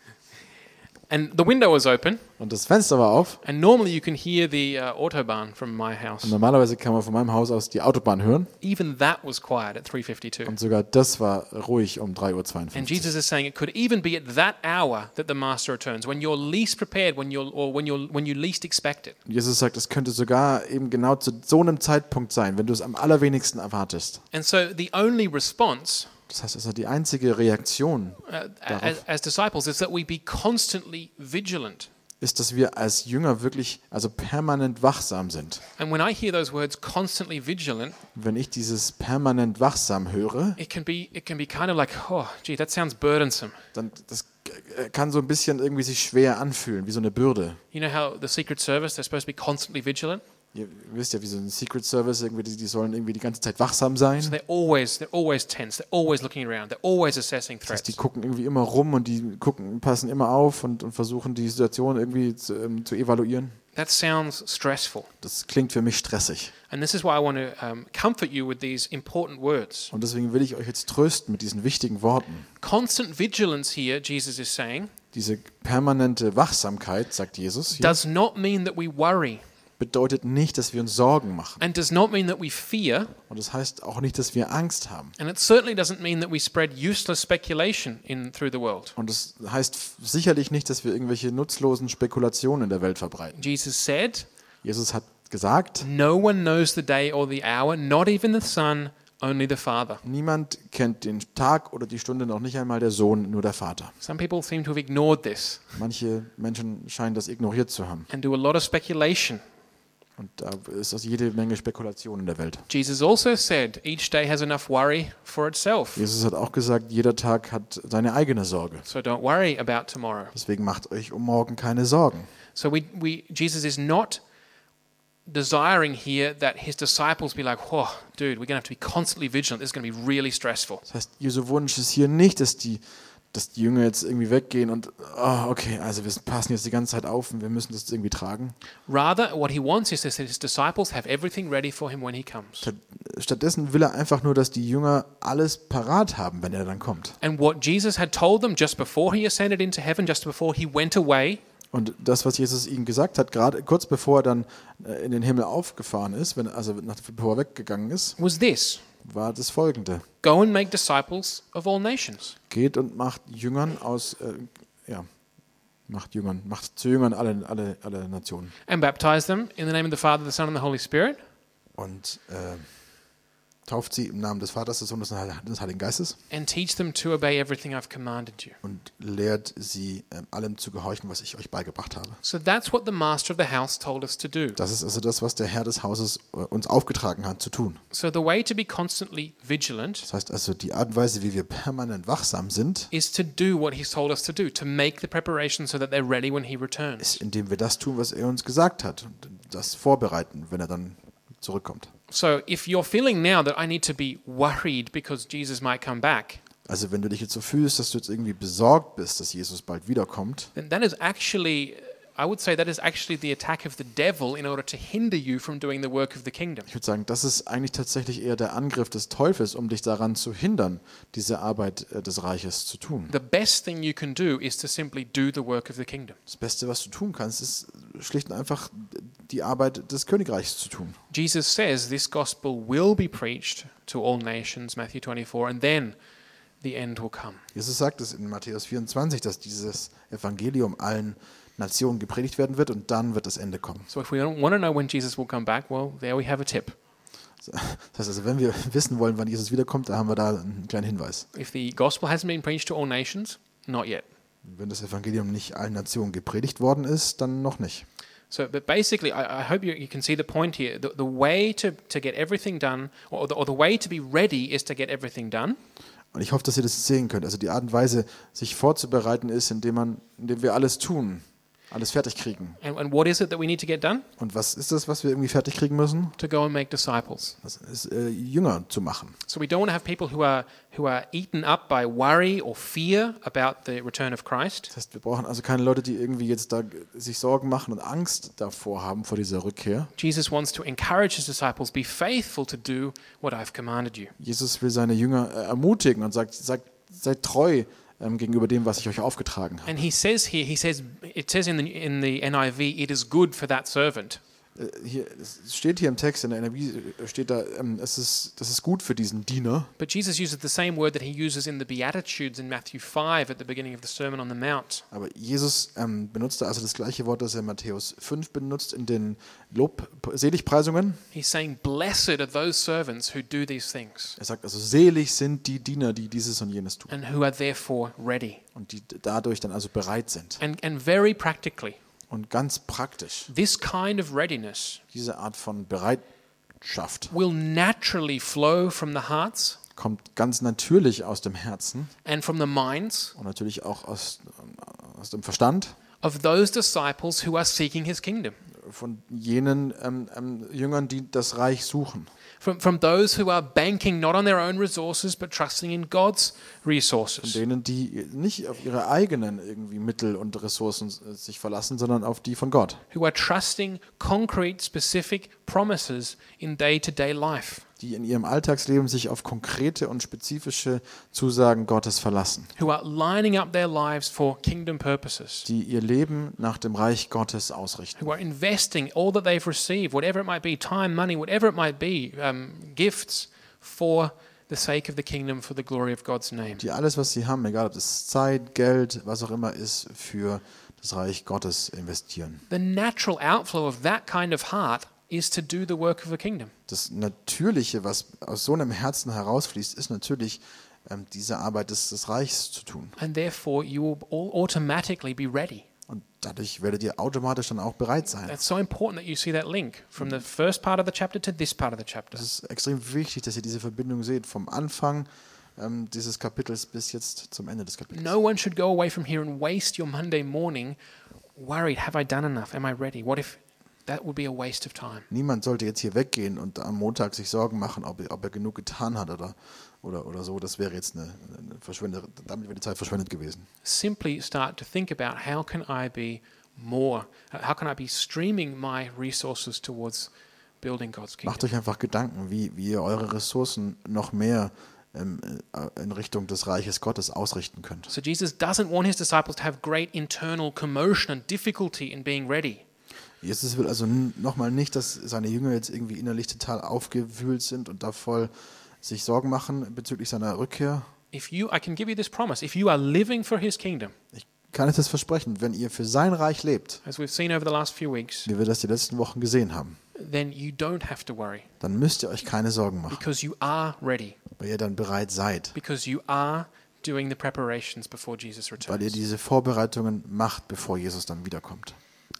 S1: and the window was open,
S2: Und das Fenster war auf.
S1: and normally you can hear the uh, autobahn from my house.
S2: Und normalerweise kann man von meinem Haus aus die Autobahn hören.
S1: Even that was quiet at 3:52.
S2: Und sogar das war ruhig um
S1: And
S2: 3.52 Uhr.
S1: Jesus is saying it could even be at that hour that the master returns, when you're least prepared, when you're or when you're when you least expect it.
S2: Jesus sagt, es könnte sogar eben genau zu so einem Zeitpunkt sein, wenn du es am allerwenigsten erwartest.
S1: And so the only response
S2: Das heißt also, die einzige Reaktion
S1: uh,
S2: Darauf.
S1: as, as disciples is that we be constantly vigilant.
S2: ist, dass wir als Jünger wirklich also permanent wachsam sind.
S1: And when I hear those words constantly vigilant,
S2: Wenn ich dieses permanent wachsam höre,
S1: it can be it can be kind of like, oh, gee, that sounds burdensome.
S2: dann das äh, kann so ein bisschen irgendwie sich schwer anfühlen, wie so eine Bürde.
S1: You know how the Secret Service they're supposed to be constantly vigilant?
S2: Ihr wisst ja, wie so ein Secret Service, irgendwie, die, die sollen irgendwie die ganze Zeit wachsam
S1: So
S2: sein.
S1: they're always they're always tense, they're always looking around, they're always assessing
S2: Das heißt, die
S1: threats.
S2: gucken irgendwie immer rum und die gucken, passen immer auf und, und versuchen die Situation irgendwie zu, ähm, zu evaluieren.
S1: That sounds stressful.
S2: Das klingt für mich stressig.
S1: And this is why I want to um, comfort you with these important words.
S2: Und deswegen will ich euch jetzt trösten mit diesen wichtigen Worten.
S1: Constant vigilance here, Jesus is saying,
S2: Diese permanente Wachsamkeit, sagt Jesus, hier,
S1: does not mean that we worry
S2: bedeutet nicht, dass wir uns Sorgen machen.
S1: and does not mean that we fear,
S2: Und das heißt auch nicht, dass wir Angst haben.
S1: and it certainly doesn't mean that we spread useless speculation in through the world.
S2: Und das heißt f- sicherlich nicht, dass wir irgendwelche nutzlosen Spekulationen in der Welt verbreiten.
S1: Jesus said,
S2: Jesus hat gesagt,
S1: No one knows the day or the hour, not even the Son, only the Father.
S2: niemand kennt den Tag oder die Stunde noch nicht einmal der Sohn, nur der Vater.
S1: Some people seem to have ignored this
S2: Manche Menschen scheinen das ignoriert zu haben.
S1: and do a lot of speculation.
S2: Und da ist das jede Menge Spekulation in der Welt.
S1: Jesus also said, Each day has enough worry for itself,
S2: Jesus hat auch gesagt, jeder Tag hat seine eigene Sorge.
S1: so don't worry about tomorrow.
S2: Deswegen macht euch um morgen keine Sorgen.
S1: So we, we, Jesus is not desiring here that his disciples be like, Whoa, dude, we're going to have to be constantly vigilant. This is going to be really stressful.
S2: Das heißt, Jesu Wunsch ist hier nicht, dass die, dass die Jünger jetzt irgendwie weggehen und, ah, okay, also wir passen jetzt die ganze Zeit auf und wir müssen das irgendwie tragen.
S1: Rather, what he wants is that his disciples have everything ready for him when he comes.
S2: Statt- Stattdessen will er einfach nur, dass die Jünger alles parat haben, wenn er dann kommt.
S1: And what Jesus had told them just before he ascended into heaven, just before he went away,
S2: Und das, was Jesus ihnen gesagt hat, gerade kurz bevor er dann äh, in den Himmel aufgefahren ist, wenn, also nach- bevor er weggegangen ist,
S1: was this
S2: war das folgende.
S1: Go and make disciples of all nations.
S2: Geht und macht Jüngern aus, äh, ja, macht Jüngern, macht zu Jüngern alle, alle, alle Nationen.
S1: and baptize them in the name of the Father, the Son, and the Holy Spirit,
S2: Und äh, tauft sie im Namen des Vaters, des Sohnes und des Heil- des Heiligen Geistes
S1: and teach them to obey everything I've commanded you.
S2: und lehrt sie ähm, allem zu gehorchen, was ich euch beigebracht habe.
S1: So that's what the master of the house told us to do.
S2: Das ist also das, was der Herr des Hauses äh, uns aufgetragen hat zu tun.
S1: So the way to be constantly vigilant
S2: Das heißt also, die Art und Weise, wie wir permanent wachsam sind,
S1: is to do what he's told us to do, to make the preparation so that they're ready when he returns.
S2: ist, indem wir das tun, was er uns gesagt hat und das vorbereiten, wenn er dann zurückkommt.
S1: So if you're feeling now that I need to be worried because Jesus might come back,
S2: Also wenn du dich jetzt so fühlst, dass du jetzt irgendwie besorgt bist, dass Jesus bald wiederkommt,
S1: then that is actually, I would say, that is actually the attack of the devil in order to hinder you from doing the work of the kingdom.
S2: ich würde sagen, das ist eigentlich tatsächlich eher der Angriff des Teufels, um dich daran zu hindern, diese Arbeit äh, des Reiches zu tun.
S1: The best thing you can do is to simply do the work of the kingdom.
S2: Das Beste, was du tun kannst, ist schlicht und einfach die Arbeit des Königreichs zu tun.
S1: Jesus says this gospel will be preached to all nations, Matthew 24, and then the end will come.
S2: Jesus sagt es in Matthäus 24, dass dieses Evangelium allen Nationen gepredigt werden wird und dann wird das Ende kommen.
S1: So if we don't want to know when Jesus will come back, well, there we have a tip.
S2: Das heißt also, wenn wir wissen wollen, wann Jesus wiederkommt, dann haben wir da einen kleinen Hinweis.
S1: If the gospel hasn't been preached to all nations, not yet.
S2: Wenn das Evangelium nicht allen Nationen gepredigt worden ist, dann noch nicht.
S1: So, but basically, I, I hope you, you can see the point here. The, the way to, to get everything done, or the, or the way to be ready, is to get everything done.
S2: Und ich hoffe, dass ihr das sehen könnt. Also die Art und Weise, sich vorzubereiten, ist, indem, man, indem wir alles tun, alles fertig kriegen.
S1: And, and what is it that we need to get done?
S2: Und was ist das, was wir irgendwie fertig kriegen müssen?
S1: To go and make disciples.
S2: Das ist äh, Jünger zu machen.
S1: So we don't want to have people who are who are eaten up by worry or fear about the return of Christ.
S2: Das heißt, wir brauchen also keine Leute, die irgendwie jetzt da sich Sorgen machen und Angst davor haben vor dieser Rückkehr.
S1: Jesus wants to encourage his disciples be faithful to do what I've commanded you.
S2: Jesus will seine Jünger äh, ermutigen und sagt, sagt seid treu ähm, gegenüber dem, was ich euch aufgetragen habe.
S1: And he says here, he says it says in the in the NIV, it is good for that servant.
S2: Äh, hier, es steht hier im Text in der NRW äh, steht da, ähm, es ist, das ist gut für diesen Diener.
S1: But Jesus uses the same word that he uses in the Beatitudes in Matthew 5 at the beginning of the Sermon on the Mount.
S2: Aber Jesus ähm, benutzte also das gleiche Wort, das er in Matthäus 5 benutzt, in den Lobseligpreisungen.
S1: He's saying, Blessed are those servants who do these things
S2: Er sagt also, selig sind die Diener, die dieses und jenes tun
S1: and who are therefore ready.
S2: und die dadurch dann also bereit sind.
S1: And, and very practically,
S2: Und ganz praktisch,
S1: this kind of readiness
S2: diese Art von Bereitschaft
S1: will naturally flow from the hearts
S2: kommt ganz natürlich aus dem Herzen
S1: and from the minds
S2: und natürlich auch aus, aus dem Verstand
S1: of those disciples who are seeking his kingdom.
S2: von jenen ähm, ähm, Jüngern, die das Reich suchen.
S1: from, from those who are banking not on their own resources, but trusting in God's resources.
S2: denen, die nicht auf ihre eigenen irgendwie Mittel und Ressourcen äh, sich verlassen, sondern auf die von Gott,
S1: who are trusting concrete, specific promises in day to day life,
S2: die in ihrem Alltagsleben sich auf konkrete und spezifische Zusagen Gottes verlassen,
S1: who are lining up their lives for kingdom purposes,
S2: die ihr Leben nach dem Reich Gottes ausrichten,
S1: who are investing all that they've received, whatever it might be time, money, whatever it might be um, gifts for the sake of the kingdom, for the glory of God's name.
S2: die alles, was sie haben, egal ob es Zeit, Geld, was auch immer ist, für das Reich Gottes investieren.
S1: The natural outflow of that kind of heart is to do the work of the kingdom.
S2: Das Natürliche, was aus so einem Herzen herausfließt, ist natürlich ähm, diese Arbeit des, des Reichs zu tun.
S1: And therefore, you will all automatically be ready.
S2: Und dadurch werdet ihr automatisch dann auch bereit sein.
S1: That's so important that you see that link from the first part of the chapter to this part of the chapter.
S2: Es ist extrem wichtig, dass ihr diese Verbindung seht, vom Anfang ähm, dieses Kapitels bis jetzt zum Ende des Kapitels.
S1: No one should go away from here and waste your Monday morning worried, have I done enough? Am I ready? What if that would be a waste of time?
S2: Niemand sollte jetzt hier weggehen und am Montag sich Sorgen machen, ob, er- ob er genug getan hat oder, oder, oder so. Das wäre jetzt eine, eine verschwendete, damit wäre die Zeit verschwendet gewesen.
S1: Simply start to think about how can I be more? uh, How can I be streaming my resources towards building God's kingdom?
S2: Macht euch einfach Gedanken, wie, wie ihr eure Ressourcen noch mehr ähm, äh, in Richtung des Reiches Gottes ausrichten könnt.
S1: So Jesus doesn't want his disciples to have great internal commotion and difficulty in being ready.
S2: Jesus will also nochmal nicht, dass seine Jünger jetzt irgendwie innerlich total aufgewühlt sind und da voll sich Sorgen machen bezüglich seiner Rückkehr.
S1: If you I can give you this promise, if you are living for his kingdom,
S2: Ich kann euch das versprechen, wenn ihr für sein Reich lebt,
S1: as we've seen over the last few weeks,
S2: wie wir das die letzten Wochen gesehen haben,
S1: then you don't have to worry
S2: dann müsst ihr euch keine Sorgen machen,
S1: because you are ready.
S2: weil ihr dann bereit seid,
S1: because you are doing the preparations before Jesus
S2: weil ihr
S1: returns.
S2: diese Vorbereitungen macht, bevor Jesus dann wiederkommt.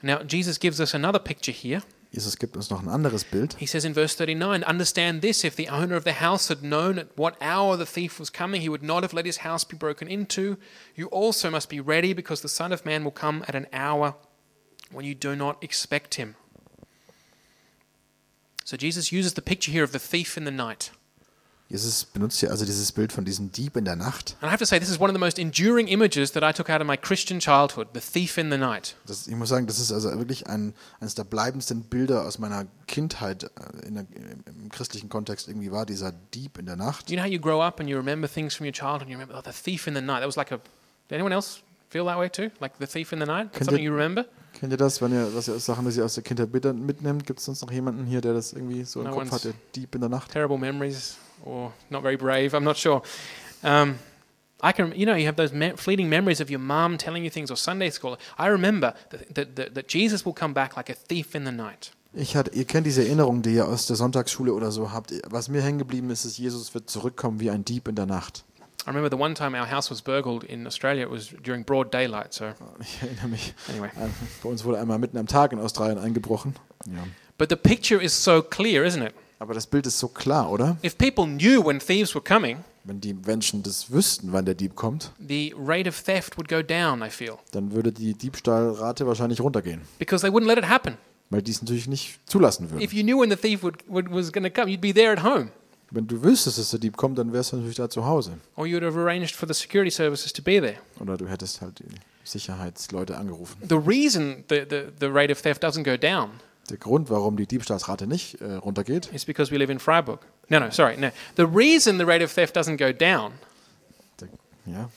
S1: Now, Jesus gives us another picture here.
S2: Jesus gibt uns noch ein anderes Bild.
S1: He says in verse 39 Understand this if the owner of the house had known at what hour the thief was coming, he would not have let his house be broken into. You also must be ready, because the Son of Man will come at an hour when you do not expect him. So, Jesus uses the picture here of the thief in the night.
S2: Jesus benutzt hier also dieses Bild von diesem Dieb in der Nacht.
S1: And I have to say, this is one of the most enduring images that I took out of my Christian childhood the thief in the night.
S2: Das, ich muss sagen, das ist also wirklich ein, eines der bleibendsten Bilder aus meiner Kindheit äh, in der, im, im christlichen Kontext irgendwie war, dieser Dieb in der Nacht.
S1: Do you know how you grow up and you remember things from your childhood and you remember, oh, the thief in the night? That was like a. Did anyone else feel that way too? Like the thief in the night?
S2: Könnte-
S1: Something you remember?
S2: Kennt ihr das, wenn ihr, was ihr Sachen, die ihr aus der Kindheit bitte- mitnimmt? Gibt es sonst noch jemanden hier, der das irgendwie so im
S1: No
S2: Kopf
S1: one's-
S2: hat, der Dieb in der Nacht?
S1: Terrible memories or not very brave? I'm not sure. Um, I can, you know, you have those me- fleeting memories of your mom telling you things or Sunday school. I remember that, that, that, that Jesus will come back like a thief in the night.
S2: Ich hatte, ihr kennt diese Erinnerung, die ihr aus der Sonntagsschule oder so habt. Was mir hängen geblieben ist, ist, Jesus wird zurückkommen wie ein Dieb in der Nacht.
S1: I remember the one time our house was burgled in Australia, it was during broad daylight. So,
S2: Ich erinnere mich,
S1: anyway.
S2: äh, bei uns wurde einmal mitten am Tag in Australien eingebrochen. Ja.
S1: But the picture is so clear, isn't it?
S2: Aber das Bild ist so klar, oder?
S1: If people knew when thieves were coming,
S2: Wenn die Menschen das wüssten, wann der Dieb kommt,
S1: the rate of theft would go down, I feel,
S2: dann würde die Diebstahlrate wahrscheinlich runtergehen,
S1: because they wouldn't let it happen.
S2: weil die es natürlich nicht zulassen würden.
S1: If you knew when the thief would, would, was going to come, you'd be there at home,
S2: Wenn du wüsstest, dass der Dieb kommt, dann wärst du natürlich da zu Hause.
S1: or you would have arranged for the security services to be there.
S2: Oder du hättest halt die Sicherheitsleute angerufen.
S1: The reason the, the, the rate of theft doesn't go down
S2: Der Grund, warum die Diebstahlsrate nicht äh, runtergeht,
S1: is because we live in Freiburg. No, no, sorry, no. The reason the rate of theft doesn't go down
S2: der, ja,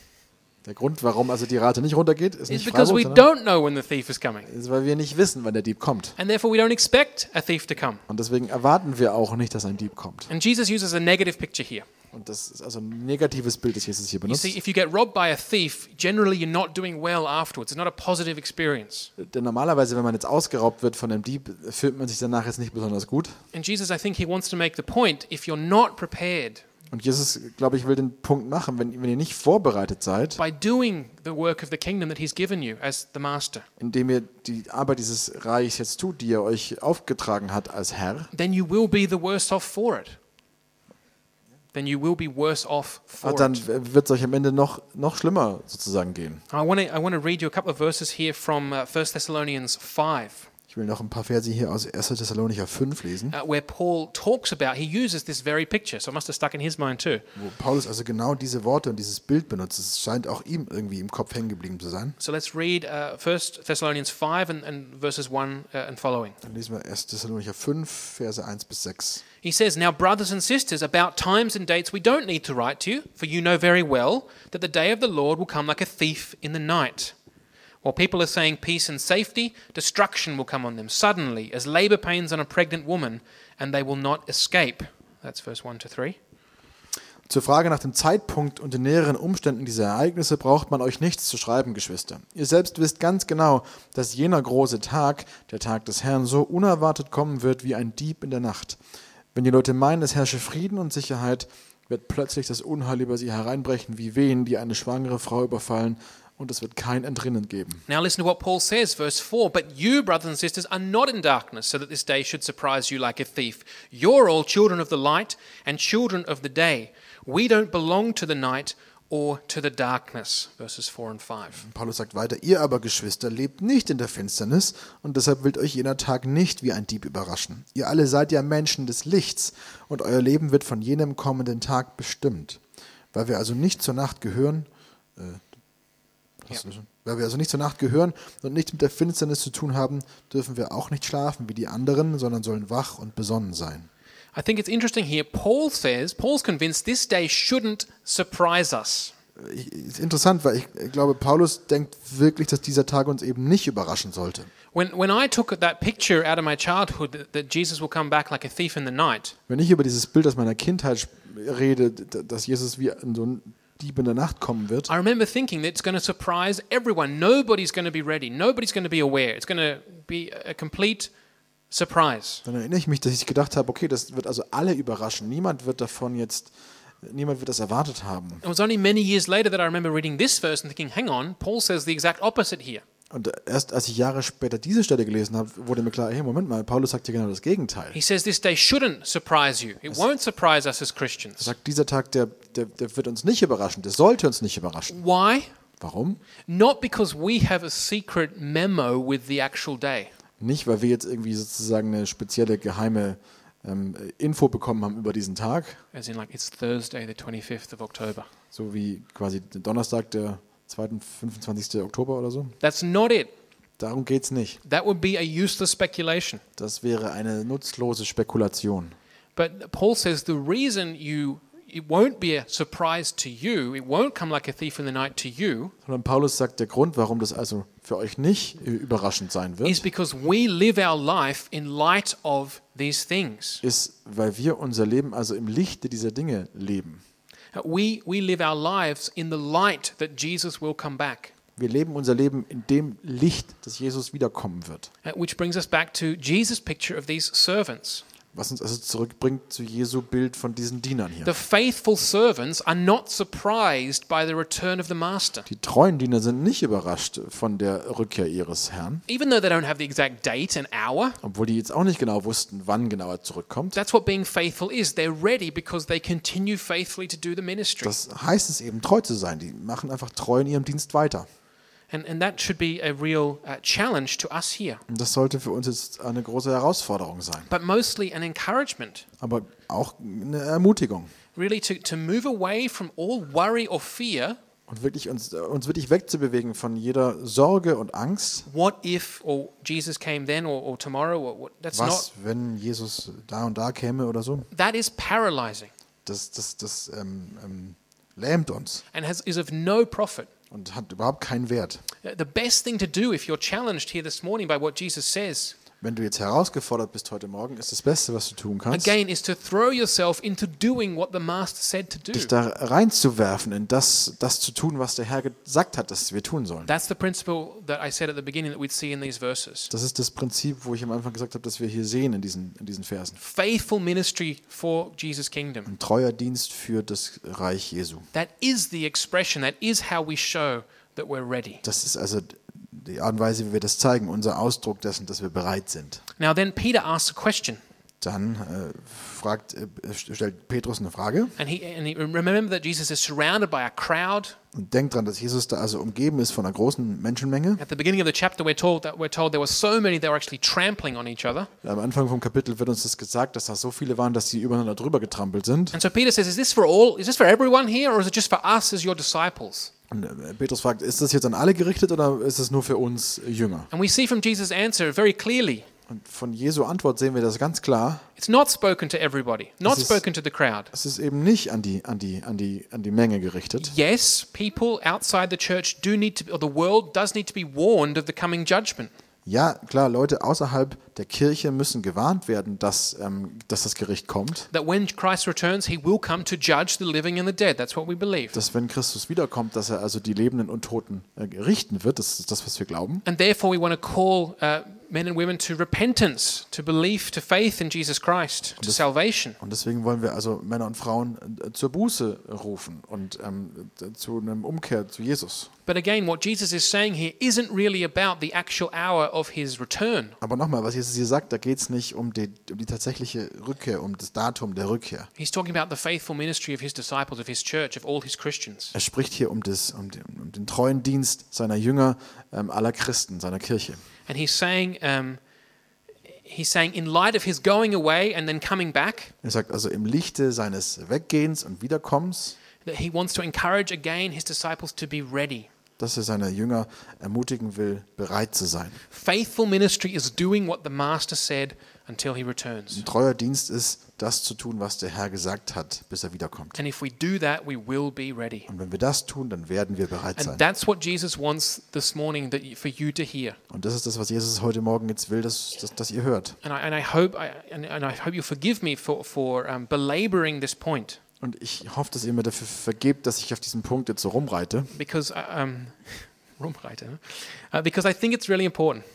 S2: der Grund, warum also die Rate nicht runtergeht, ist
S1: is
S2: nicht
S1: because
S2: Freiburg,
S1: we
S2: sondern
S1: don't know when the thief is coming,
S2: ist, weil wir nicht wissen, wann der Dieb kommt.
S1: and therefore we don't expect a thief to come.
S2: Und deswegen erwarten wir auch nicht, dass ein Dieb kommt.
S1: And Jesus uses a negative picture here.
S2: Und das ist also ein negatives Bild, das Jesus hier
S1: You
S2: benutzt.
S1: see, if you get robbed by a thief, generally you're not doing well afterwards. It's not a positive experience.
S2: Denn normalerweise, wenn man jetzt ausgeraubt wird von einem Dieb, fühlt man sich danach jetzt nicht besonders gut.
S1: And Jesus, I think he wants to make the point if you're not prepared
S2: Und Jesus, glaube ich, will den Punkt machen, wenn, wenn ihr nicht vorbereitet seid,
S1: by doing the work of the kingdom that he's given you as the master,
S2: indem ihr die Arbeit dieses Reichs jetzt tut, die ihr euch aufgetragen hat als Herr,
S1: then you will be the worse off for it. Then you will be worse off for
S2: ah, dann
S1: it.
S2: wird es euch am Ende noch, noch schlimmer sozusagen gehen.
S1: I want to I want to read you a couple of verses here from uh, 1 Thessalonians 5.
S2: Ich Ich will noch ein paar Verse hier aus 1. Thessalonicher 5 lesen,
S1: uh, where Paul talks about, he uses this very picture, so it must have stuck in his mind too.
S2: wo Paulus also genau diese Worte und dieses Bild benutzt. Es scheint auch ihm irgendwie im Kopf hängen geblieben zu sein.
S1: So let's read uh, 1 Thessalonians 5 and, and verses 1 uh, and following.
S2: Dann lesen wir 1. Thessalonicher 5, Verse 1 bis 6.
S1: He says, Now, brothers and sisters, about times and dates we don't need to write to you, for you know very well that the day of the Lord will come like a thief in the night. While people are saying peace and safety, destruction will come on them suddenly, as labor pains on a pregnant woman, and they will not escape. That's verse 1 to 3.
S2: Zur Frage nach dem Zeitpunkt und den näheren Umständen dieser Ereignisse braucht man euch nichts zu schreiben, Geschwister. Ihr selbst wisst ganz genau, dass jener große Tag, der Tag des Herrn, so unerwartet kommen wird wie ein Dieb in der Nacht. Wenn die Leute meinen, es herrsche Frieden und Sicherheit, wird plötzlich das Unheil über sie hereinbrechen wie Wehen, die eine schwangere Frau überfallen, und es wird kein Entrinnen geben.
S1: Now, listen to what Paul says, verse 4 But you, brothers and sisters, are not in darkness, so that this day should surprise you like a thief. You're all children of the light and children of the day. We don't belong to the night or to the darkness. Verses 4 and 5.
S2: Paulus sagt weiter, ihr aber Geschwister lebt nicht in der Finsternis und deshalb wird euch jener Tag nicht wie ein Dieb überraschen. Ihr alle seid ja Menschen des Lichts und euer Leben wird von jenem kommenden Tag bestimmt. Weil wir also nicht zur Nacht gehören, äh, hast du schon? weil wir also nicht zur Nacht gehören und nicht mit der Finsternis zu tun haben, dürfen wir auch nicht schlafen wie die anderen, sondern sollen wach und besonnen sein.
S1: I think it's interesting here. Paul says, Paul's convinced this day shouldn't surprise us.
S2: Ich, ist interessant, weil ich äh, glaube, Paulus denkt wirklich, dass dieser Tag uns eben nicht überraschen sollte.
S1: When, when I took that picture out of my childhood that, that Jesus will come back like a thief in the night,
S2: Wenn ich über dieses Bild aus meiner Kindheit sp- rede, d- dass Jesus wie ein- so ein Dieb in der Nacht kommen wird,
S1: I remember thinking that it's going to surprise everyone. Nobody's going to be ready. Nobody's going to be aware. It's going to be a complete surprise.
S2: dann erinnere ich mich, dass ich gedacht habe, okay, das wird also alle überraschen. Niemand wird davon jetzt, niemand wird das erwartet haben.
S1: It was only many years later that I remember reading this verse and thinking, hang on, Paul says the exact opposite here.
S2: Und erst als ich Jahre später diese Stelle gelesen habe, wurde mir klar, hey, Moment mal, Paulus sagt hier genau das Gegenteil.
S1: He says this day shouldn't surprise you. It won't surprise us as
S2: Er
S1: Christians.
S2: sagt, dieser Tag, der, der, der wird uns nicht überraschen, der sollte uns nicht überraschen.
S1: Why?
S2: Warum?
S1: Not because we have a secret memo with the actual day.
S2: Nicht, weil wir jetzt irgendwie sozusagen eine spezielle geheime ähm, Info bekommen haben über diesen Tag,
S1: As in, like, it's Thursday, the 25th of October.
S2: So wie quasi den Donnerstag, der 2. 25. Oktober oder so.
S1: That's not it.
S2: Darum geht es nicht.
S1: That would be a useless speculation.
S2: Das wäre eine nutzlose Spekulation.
S1: But Paul says the reason you it won't be a surprise to you, it won't come like a thief in the night to you,
S2: Sondern Paulus sagt, der Grund, warum das also für euch nicht äh, überraschend sein
S1: is
S2: wird,
S1: because we live our life in light of these things.
S2: ist, weil wir unser Leben also im Lichte dieser Dinge leben.
S1: Uh, We we live our lives in the light that Jesus will come back.
S2: Wir leben unser Leben in dem Licht, dass Jesus wiederkommen wird.
S1: Uh, Which brings us back to Jesus' picture of these servants.
S2: Was uns also zurückbringt zu Jesu Bild von diesen Dienern hier.
S1: The faithful servants are not surprised by the return of the master.
S2: Die treuen Diener sind nicht überrascht von der Rückkehr ihres Herrn,
S1: Even though they don't have the exact date and hour,
S2: obwohl die jetzt auch nicht genau wussten, wann genau er zurückkommt.
S1: that's what being faithful is. They're ready because they continue faithfully to do the ministry.
S2: Das heißt es eben, treu zu sein. Die machen einfach treu in ihrem Dienst weiter.
S1: And, and that should be a real uh, challenge to us here,
S2: Und das sollte für uns jetzt eine große Herausforderung sein,
S1: but mostly an encouragement,
S2: aber auch eine Ermutigung.
S1: really, to, to move away from all worry or fear
S2: Und wirklich uns, uns wirklich wegzubewegen von jeder Sorge und Angst.
S1: what if, or Jesus came then, or, or tomorrow, or what. That's
S2: Was, wenn Jesus da und da käme oder so?
S1: not, that is paralyzing
S2: Das, das, das ähm, ähm, lähmt uns
S1: and has, is of no profit.
S2: und hat überhaupt keinen Wert.
S1: Uh, The best thing to do if you're challenged here this morning by what Jesus says,
S2: Wenn du jetzt herausgefordert bist heute Morgen, ist das Beste, was du tun kannst,
S1: again, is to throw yourself into doing what the Master said to
S2: dich
S1: do.
S2: da reinzuwerfen in das, das zu tun, was der Herr gesagt hat, dass wir tun sollen.
S1: That's the principle that I said at the beginning that we'd see in these verses.
S2: Das ist das Prinzip, wo ich am Anfang gesagt habe, dass wir hier sehen in diesen, in diesen Versen.
S1: Faithful ministry for Jesus' kingdom.
S2: Ein treuer Dienst für das Reich Jesu.
S1: That is the expression, that is how we show that we're ready.
S2: Das ist also die Art und Weise, wie wir das zeigen, unser Ausdruck dessen, dass wir bereit sind.
S1: Now, then Peter asks a question.
S2: Dann äh, fragt, äh, stellt Petrus eine Frage
S1: And he and he, remember that Jesus is surrounded by a crowd.
S2: und denkt dran, dass Jesus da also umgeben ist von einer großen Menschenmenge.
S1: At the beginning of the chapter, we're told that we're told there were so many they were actually trampling on each other.
S2: Am Anfang vom Kapitel wird uns das gesagt, dass da so viele waren, dass sie übereinander drüber getrampelt sind.
S1: And so Peter says, "Is this for all? Is this for everyone here, or is it just for us as your disciples?"
S2: Und äh, Petrus fragt, ist das jetzt an alle gerichtet oder ist es nur für uns Jünger?
S1: And we see from Jesus' answer very clearly,
S2: Und von Jesu Antwort sehen wir das ganz klar.
S1: it's not spoken to everybody, not
S2: This is-
S1: spoken to the crowd.
S2: Es ist eben nicht an die, an die, an die, an die Menge gerichtet.
S1: Yes, people outside the church do need to, or the world does need to be warned of the coming judgment.
S2: Ja, klar, Leute außerhalb der Kirche müssen gewarnt werden, dass, ähm, dass das Gericht kommt.
S1: That when Christ returns, he will come to judge the living and the dead. That's what we believe.
S2: Dass wenn Christus wiederkommt, dass er also die Lebenden und Toten äh, richten wird. Das ist das, was wir glauben.
S1: And therefore, we want to call uh, men and women to repentance, to belief, to faith in Jesus Christ, to salvation.
S2: Und deswegen wollen wir also Männer und Frauen äh, zur Buße rufen und ähm, äh, zu einem Umkehr zu Jesus.
S1: But again, what Jesus is saying here isn't really about the actual hour of his return.
S2: Aber nochmal, was Jesus hier sagt, da geht es nicht um die, um die tatsächliche Rückkehr, um das Datum der Rückkehr.
S1: He's talking about the faithful ministry of his disciples, of his church, of all his Christians.
S2: Er spricht hier um, das, um, den, um den treuen Dienst seiner Jünger, ähm, aller Christen, seiner Kirche.
S1: And he's saying, um, he's saying, in light of his going away and then coming back,
S2: Er sagt also im Lichte seines Weggehens und Wiederkommens,
S1: that he wants to encourage again his disciples to be ready.
S2: dass er seine Jünger ermutigen will, bereit zu sein.
S1: Faithful ministry is doing what the master said until he returns.
S2: Ein treuer Dienst ist, das zu tun, was der Herr gesagt hat, bis er wiederkommt.
S1: And if we do that, we will be ready.
S2: Und wenn wir das tun, dann werden wir bereit
S1: And
S2: sein.
S1: that's what Jesus wants this morning that you, for you to hear.
S2: Und das ist das, was Jesus heute Morgen jetzt will, dass, dass, dass ihr hört.
S1: And I, and I hope I, and, and I hope you forgive me for, for um, belaboring this point
S2: Und ich hoffe, dass ihr mir dafür vergebt, dass ich auf diesen Punkt jetzt so rumreite.
S1: because I- um, rumreite, ne? uh, because I think it's really important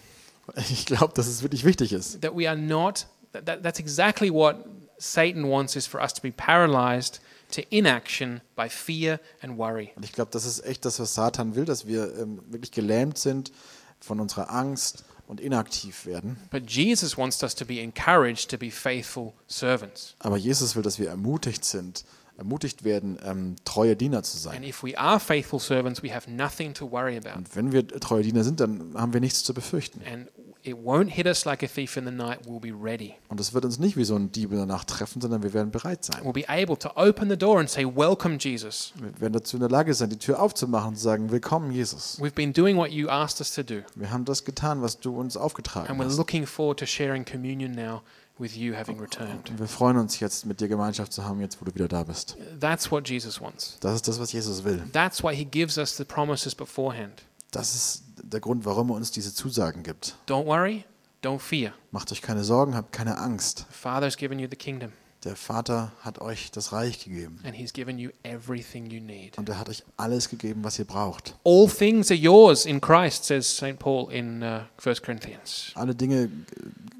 S2: Ich glaube, dass es wirklich wichtig ist.
S1: that we are not that, that, that's exactly what Satan wants is for us to be paralyzed to inaction by fear and worry.
S2: Und ich glaube, das ist echt das, was Satan will, dass wir ähm, wirklich gelähmt sind von unserer Angst und inaktiv werden.
S1: But Jesus wants us to be encouraged to be faithful servants.
S2: Aber Jesus will, dass wir ermutigt sind, ermutigt werden, ähm, treue Diener zu sein.
S1: And if we are faithful servants, we have nothing to worry about.
S2: Und wenn wir treue Diener sind, dann haben wir nichts zu befürchten.
S1: And it won't hit us like a thief in the night. We'll be ready.
S2: Und es wird uns nicht wie so ein Dieb in der Nacht treffen, sondern wir werden bereit sein.
S1: We'll be able to open the door and say, Welcome, Jesus.
S2: Wir werden dazu in der Lage sein, die Tür aufzumachen und zu sagen, willkommen Jesus.
S1: We've been doing what you asked us to do.
S2: Wir haben das getan, was du uns aufgetragen
S1: And we're
S2: hast.
S1: looking forward to sharing communion now with you having returned.
S2: Und wir freuen uns jetzt, mit dir Gemeinschaft zu haben, jetzt wo du wieder da bist.
S1: That's what Jesus wants.
S2: Das ist das, was Jesus will.
S1: That's why he gives us the promises beforehand.
S2: Das ist der Grund, warum er uns diese Zusagen gibt.
S1: Don't worry, don't fear.
S2: Macht euch keine Sorgen, habt keine Angst.
S1: The Father's given you the kingdom,
S2: Der Vater hat euch das Reich gegeben.
S1: and he's given you everything you need.
S2: Und er hat euch alles gegeben, was ihr braucht.
S1: All things are yours in Christ, says St. Paul in uh, 1 Corinthians.
S2: Alle Dinge äh,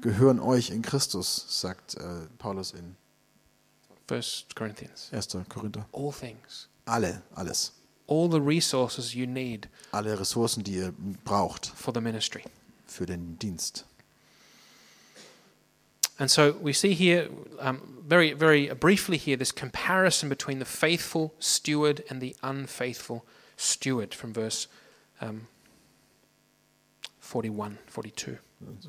S2: gehören euch in Christus, sagt äh, Paulus in
S1: 1 Corinthians.
S2: 1. Korinther.
S1: All things.
S2: Alle, alles.
S1: All the resources you need
S2: Alle Ressourcen, die ihr braucht
S1: for the ministry.
S2: für den Dienst.
S1: And so we see here, um, very, very briefly here, this comparison between the faithful steward and the unfaithful steward from verse um, 41, 42.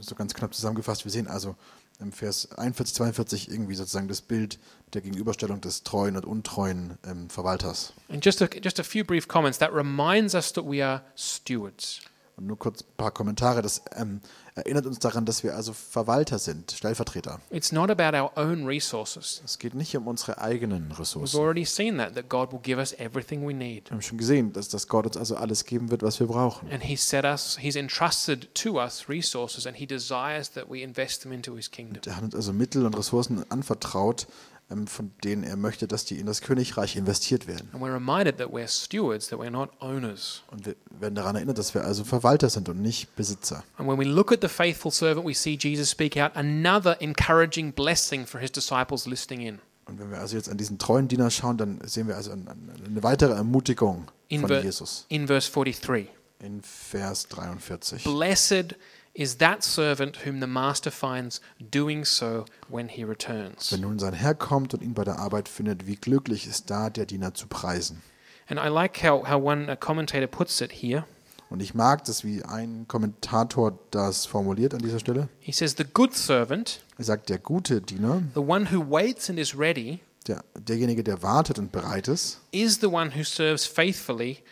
S2: So ganz knapp zusammengefasst. Wir sehen also im Vers 41, 42 irgendwie sozusagen das Bild der Gegenüberstellung des treuen und untreuen ähm, Verwalters.
S1: And just a, just a few brief comments that reminds us that we are stewards.
S2: Und nur kurz ein paar Kommentare. Das ähm, erinnert uns daran, dass wir also Verwalter sind, Stellvertreter.
S1: It's not about our own resources.
S2: Es geht nicht um unsere eigenen
S1: We've
S2: Ressourcen.
S1: already seen that, that God will give us everything we need.
S2: Wir haben schon gesehen, dass, dass Gott uns also alles geben wird, was wir brauchen.
S1: And He set us, He's entrusted to us resources, and He desires that we invest them into His kingdom.
S2: Er hat uns also Mittel und Ressourcen anvertraut, ähm, von denen er möchte, dass die in das Königreich investiert werden.
S1: And we're reminded that we're stewards, that we're not owners.
S2: Und wir werden daran erinnert, dass wir also Verwalter sind und nicht Besitzer.
S1: And when we look at the faithful servant, we see Jesus speak out another encouraging blessing for his disciples listening in.
S2: Und wenn wir also jetzt an diesen treuen Diener schauen, dann sehen wir also an- an- eine weitere Ermutigung
S1: In,
S2: von
S1: ver-
S2: Jesus
S1: in verse 43.
S2: in Vers 43.
S1: Blessed is that servant whom the master finds doing so when he returns.
S2: Wenn nun sein Herr kommt und ihn bei der Arbeit findet, wie glücklich ist da der Diener zu preisen.
S1: And I like how, how one uh, commentator puts it here.
S2: Und ich mag das, wie ein Kommentator das formuliert an dieser Stelle.
S1: He says, The good servant,
S2: Er sagt, der gute Diener,
S1: the one who waits and is ready,
S2: der, derjenige, der wartet und bereit ist,
S1: is the one who serves faithfully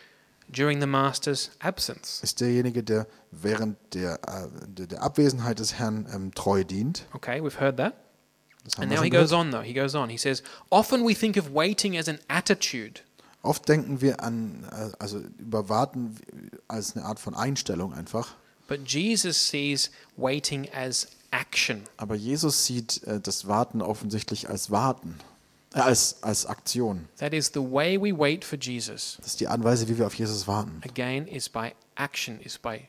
S1: during the master's absence.
S2: ist derjenige, der während der, äh, der- der Abwesenheit des Herrn ähm, treu dient.
S1: Okay, we've heard that.
S2: Das haben
S1: And
S2: wir
S1: now he
S2: schon
S1: goes
S2: gehört.
S1: on, though. He goes on. He says, Often we think of waiting as an attitude.
S2: Oft denken wir an, äh, also über Warten als eine Art von Einstellung einfach.
S1: But Jesus sees waiting as action.
S2: Aber Jesus sieht äh, das Warten offensichtlich als Warten, äh, als, als Aktion.
S1: That is, the way we wait for Jesus,
S2: Das ist die Art und Weise, wie wir auf Jesus warten.
S1: again, is by action, is by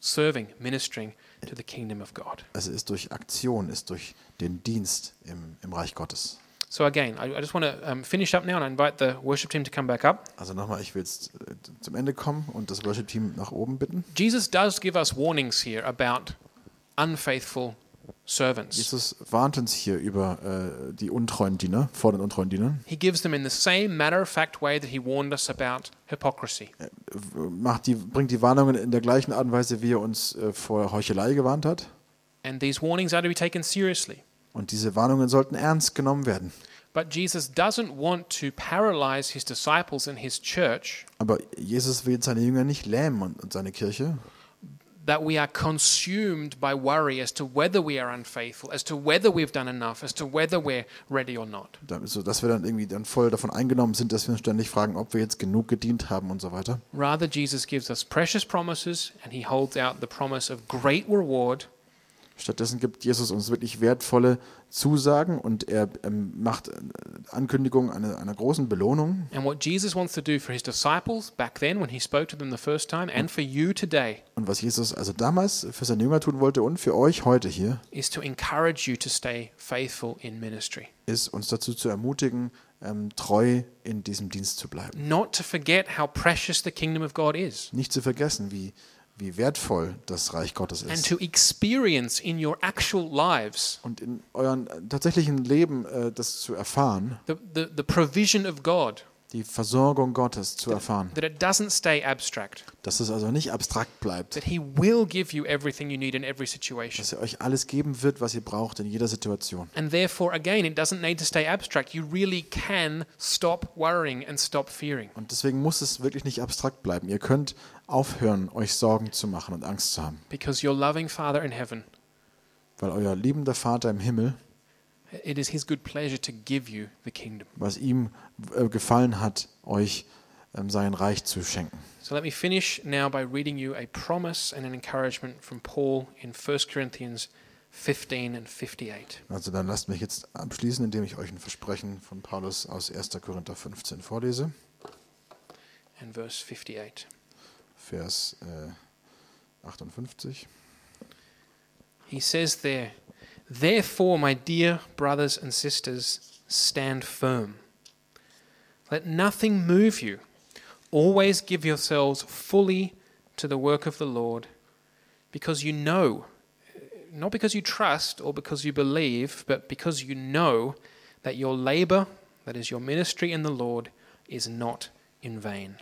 S1: serving, ministering to the kingdom of God.
S2: Es ist durch Aktion, ist durch den Dienst im, im Reich Gottes.
S1: So, again, I, I just want to um, finish up now and I invite the worship team to come back up.
S2: Also nochmal, ich will jetzt äh, zum Ende kommen und das Worship-Team nach oben bitten.
S1: Jesus does give us warnings here about unfaithful servants.
S2: Jesus warnt uns hier über äh, die untreuen Diener, vor den untreuen Dienern.
S1: He gives them in the same matter of fact way that he warned us about hypocrisy.
S2: W- Macht die, bringt die Warnungen in der gleichen Art und Weise, wie er uns äh, vor Heuchelei gewarnt hat.
S1: And these warnings are to be taken seriously.
S2: Und diese Warnungen sollten ernst genommen werden.
S1: But Jesus doesn't want to paralyze his disciples and his church
S2: Aber Jesus will seine Jünger nicht lähmen und, und seine Kirche,
S1: that we are consumed by worry as to whether we are unfaithful, as to whether we've done enough, as to whether we're ready or not.
S2: da- sodass wir dann irgendwie dann voll davon eingenommen sind, dass wir uns ständig fragen, ob wir jetzt genug gedient haben und so weiter.
S1: Rather, Jesus gives us precious promises and he holds out the promise of great reward
S2: Stattdessen gibt Jesus uns wirklich wertvolle Zusagen und er ähm, macht äh, Ankündigungen einer, einer großen Belohnung.
S1: And what Jesus wants to do for his disciples back then when he spoke to them the first time and for you today
S2: Und was Jesus also damals für seine Jünger tun wollte und für euch heute hier,
S1: is to encourage you to stay faithful in ministry.
S2: ist uns dazu zu ermutigen, ähm, treu in diesem Dienst zu bleiben.
S1: Not to forget how precious the kingdom of God is
S2: Nicht zu vergessen, wie, wie wertvoll das Reich Gottes
S1: and
S2: ist.
S1: to experience in your actual lives
S2: Und in euren äh, tatsächlichen Leben äh, das zu erfahren,
S1: the, the, the provision of God,
S2: die Versorgung Gottes zu erfahren,
S1: that it doesn't stay abstract,
S2: dass es also nicht abstrakt bleibt,
S1: that he will give you everything you need in every situation.
S2: dass er euch alles geben wird, was ihr braucht in jeder Situation.
S1: And therefore, again, it doesn't need to stay abstract. You really can stop worrying and stop fearing.
S2: Und deswegen muss es wirklich nicht abstrakt bleiben. Ihr könnt aufhören, euch Sorgen zu machen und Angst zu haben,
S1: Because your loving Father in heaven
S2: weil euer liebender Vater im Himmel,
S1: It is his good pleasure to give you the kingdom.
S2: was ihm äh, gefallen hat, euch ähm, sein Reich zu schenken.
S1: So let me finish now by reading you a promise and an encouragement from Paul in 1 Corinthians 15 and 58.
S2: Also dann lasst mich jetzt abschließen, indem ich euch ein Versprechen von Paulus aus 1. Korinther 15 vorlese,
S1: And verse 58.
S2: Vers äh, 58.
S1: He says there, Therefore, my dear brothers and sisters, stand firm. Let nothing move you. Always give yourselves fully to the work of the Lord, because you know, not because you trust or because you believe, but because you know that your labor, that is your ministry in the Lord, is not in vain.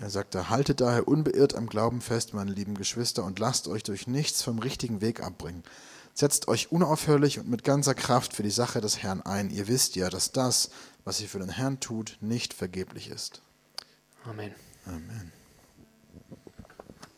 S2: Er sagte, haltet daher unbeirrt am Glauben fest, meine lieben Geschwister, und lasst euch durch nichts vom richtigen Weg abbringen. Setzt euch unaufhörlich und mit ganzer Kraft für die Sache des Herrn ein. Ihr wisst ja, dass das, was ihr für den Herrn tut, nicht vergeblich ist.
S1: Amen.
S2: Amen.